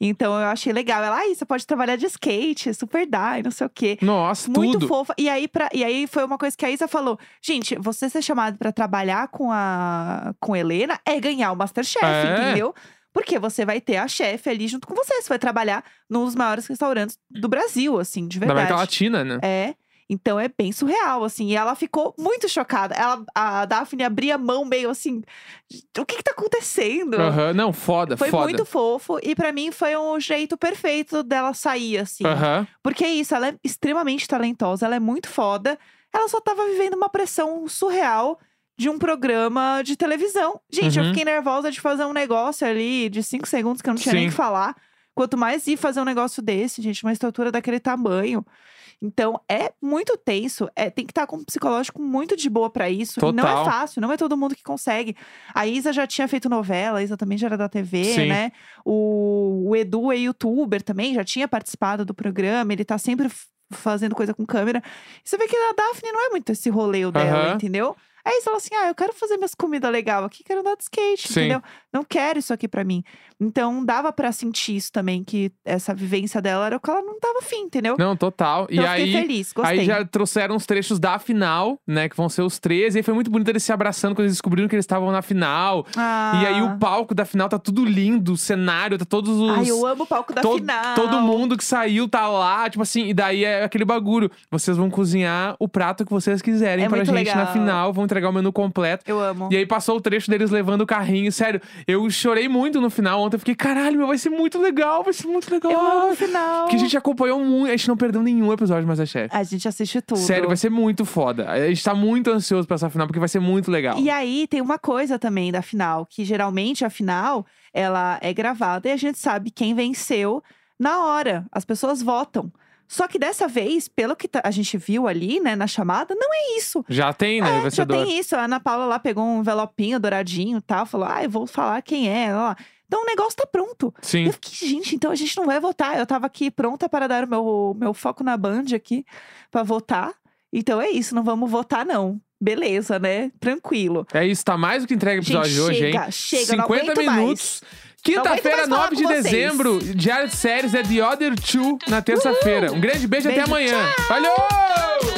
Speaker 1: Então eu achei legal. Ela, aí, você pode trabalhar de skate, super dá, e não sei o quê.
Speaker 2: Nossa,
Speaker 1: Muito
Speaker 2: tudo.
Speaker 1: fofa. E aí, pra, e aí foi uma coisa que a Isa falou: gente, você ser chamado pra trabalhar com a com Helena é ganhar o Masterchef,
Speaker 2: É.
Speaker 1: entendeu? Porque você vai ter a chefe ali junto com você. Você vai trabalhar num dos maiores restaurantes do Brasil, assim, de
Speaker 2: Da América
Speaker 1: verdade.
Speaker 2: Latina, né?
Speaker 1: É. Então é bem surreal, assim. E ela ficou muito chocada. Ela, a Daphne abria a mão meio assim. O que que tá acontecendo?
Speaker 2: Aham, Não, foda,
Speaker 1: Foi
Speaker 2: foda.
Speaker 1: muito fofo e pra mim foi um jeito perfeito dela sair, assim.
Speaker 2: Aham.
Speaker 1: Porque é isso, ela é extremamente talentosa, ela é muito foda. Ela só tava vivendo uma pressão surreal de um programa de televisão. Gente, eu
Speaker 2: Uhum.
Speaker 1: fiquei nervosa de fazer um negócio ali de cinco segundos que eu não tinha nem
Speaker 2: Sim.
Speaker 1: que falar. Quanto mais ir fazer um negócio desse, gente, uma estrutura daquele tamanho. Então, é muito tenso. É, tem que estar com um psicológico muito de boa pra isso. E Não é
Speaker 2: Total.
Speaker 1: fácil, não é todo mundo que consegue. A Isa já tinha feito novela, a Isa também já era da TV,
Speaker 2: Sim.
Speaker 1: né? O, o Edu é youtuber também, já tinha participado do programa, ele tá sempre f- fazendo coisa com câmera. E você vê que a Daphne não é muito esse rolê dela,
Speaker 2: Aham.
Speaker 1: entendeu? É isso, ela assim, ah, eu quero fazer minhas comidas legal aqui, quero andar de skate,
Speaker 2: Sim.
Speaker 1: entendeu? Não quero isso aqui pra mim. Então dava pra sentir isso também, que essa vivência dela era o que ela não tava afim, entendeu?
Speaker 2: Não, total.
Speaker 1: Então
Speaker 2: e
Speaker 1: eu fiquei
Speaker 2: aí.
Speaker 1: feliz, gostei.
Speaker 2: Aí já trouxeram os trechos da final, né? Que vão ser os 13. E aí foi muito bonito eles se abraçando quando eles descobriram que eles estavam na final.
Speaker 1: Ah.
Speaker 2: E aí o palco da final tá tudo lindo, o cenário, tá todos os.
Speaker 1: Ai, eu amo o palco da
Speaker 2: to-
Speaker 1: final.
Speaker 2: Todo mundo que saiu tá lá, tipo assim, e daí é aquele bagulho. Vocês vão cozinhar o prato que vocês quiserem
Speaker 1: É
Speaker 2: pra
Speaker 1: muito
Speaker 2: gente na
Speaker 1: legal.
Speaker 2: final, vão entregar o menu completo.
Speaker 1: Eu amo.
Speaker 2: E aí passou o trecho deles levando o carrinho. Sério, eu chorei muito no final ontem. Eu fiquei, caralho, meu, vai ser muito legal, vai ser muito legal.
Speaker 1: Eu amo o final.
Speaker 2: Porque a gente acompanhou muito, a gente não perdeu nenhum episódio mais da chefe.
Speaker 1: A gente assiste É tudo.
Speaker 2: Sério, vai ser muito foda. A gente tá muito ansioso pra essa final, porque vai ser muito legal.
Speaker 1: E aí tem uma coisa também da final, que geralmente a final ela é gravada e a gente sabe quem venceu na hora. As pessoas votam. Só que dessa vez, pelo que tá- a gente viu ali, né, na chamada, não é isso.
Speaker 2: Já tem, né? o
Speaker 1: É, já
Speaker 2: vencedor.
Speaker 1: tem isso. A Ana Paula lá pegou um envelopinho douradinho e tal, falou: ah, eu vou falar quem é. Lá. Então o negócio tá pronto.
Speaker 2: Sim.
Speaker 1: Eu fiquei, gente, então a gente não vai votar. Eu tava aqui pronta para dar o meu, meu foco na Band aqui pra votar. Então é isso, não vamos votar, não. Beleza, né? Tranquilo.
Speaker 2: É isso, tá mais do que entregue o
Speaker 1: Gente,
Speaker 2: episódio de hoje, hein?
Speaker 1: chega, chega, não
Speaker 2: 50
Speaker 1: aguento
Speaker 2: minutos.
Speaker 1: Não
Speaker 2: Quinta-feira,
Speaker 1: aguento mais falar
Speaker 2: 9 de
Speaker 1: com vocês.
Speaker 2: dezembro, Diário de Séries é The Other Two na terça-feira. Um grande beijo, até
Speaker 1: Beijo,
Speaker 2: amanhã. Valeu!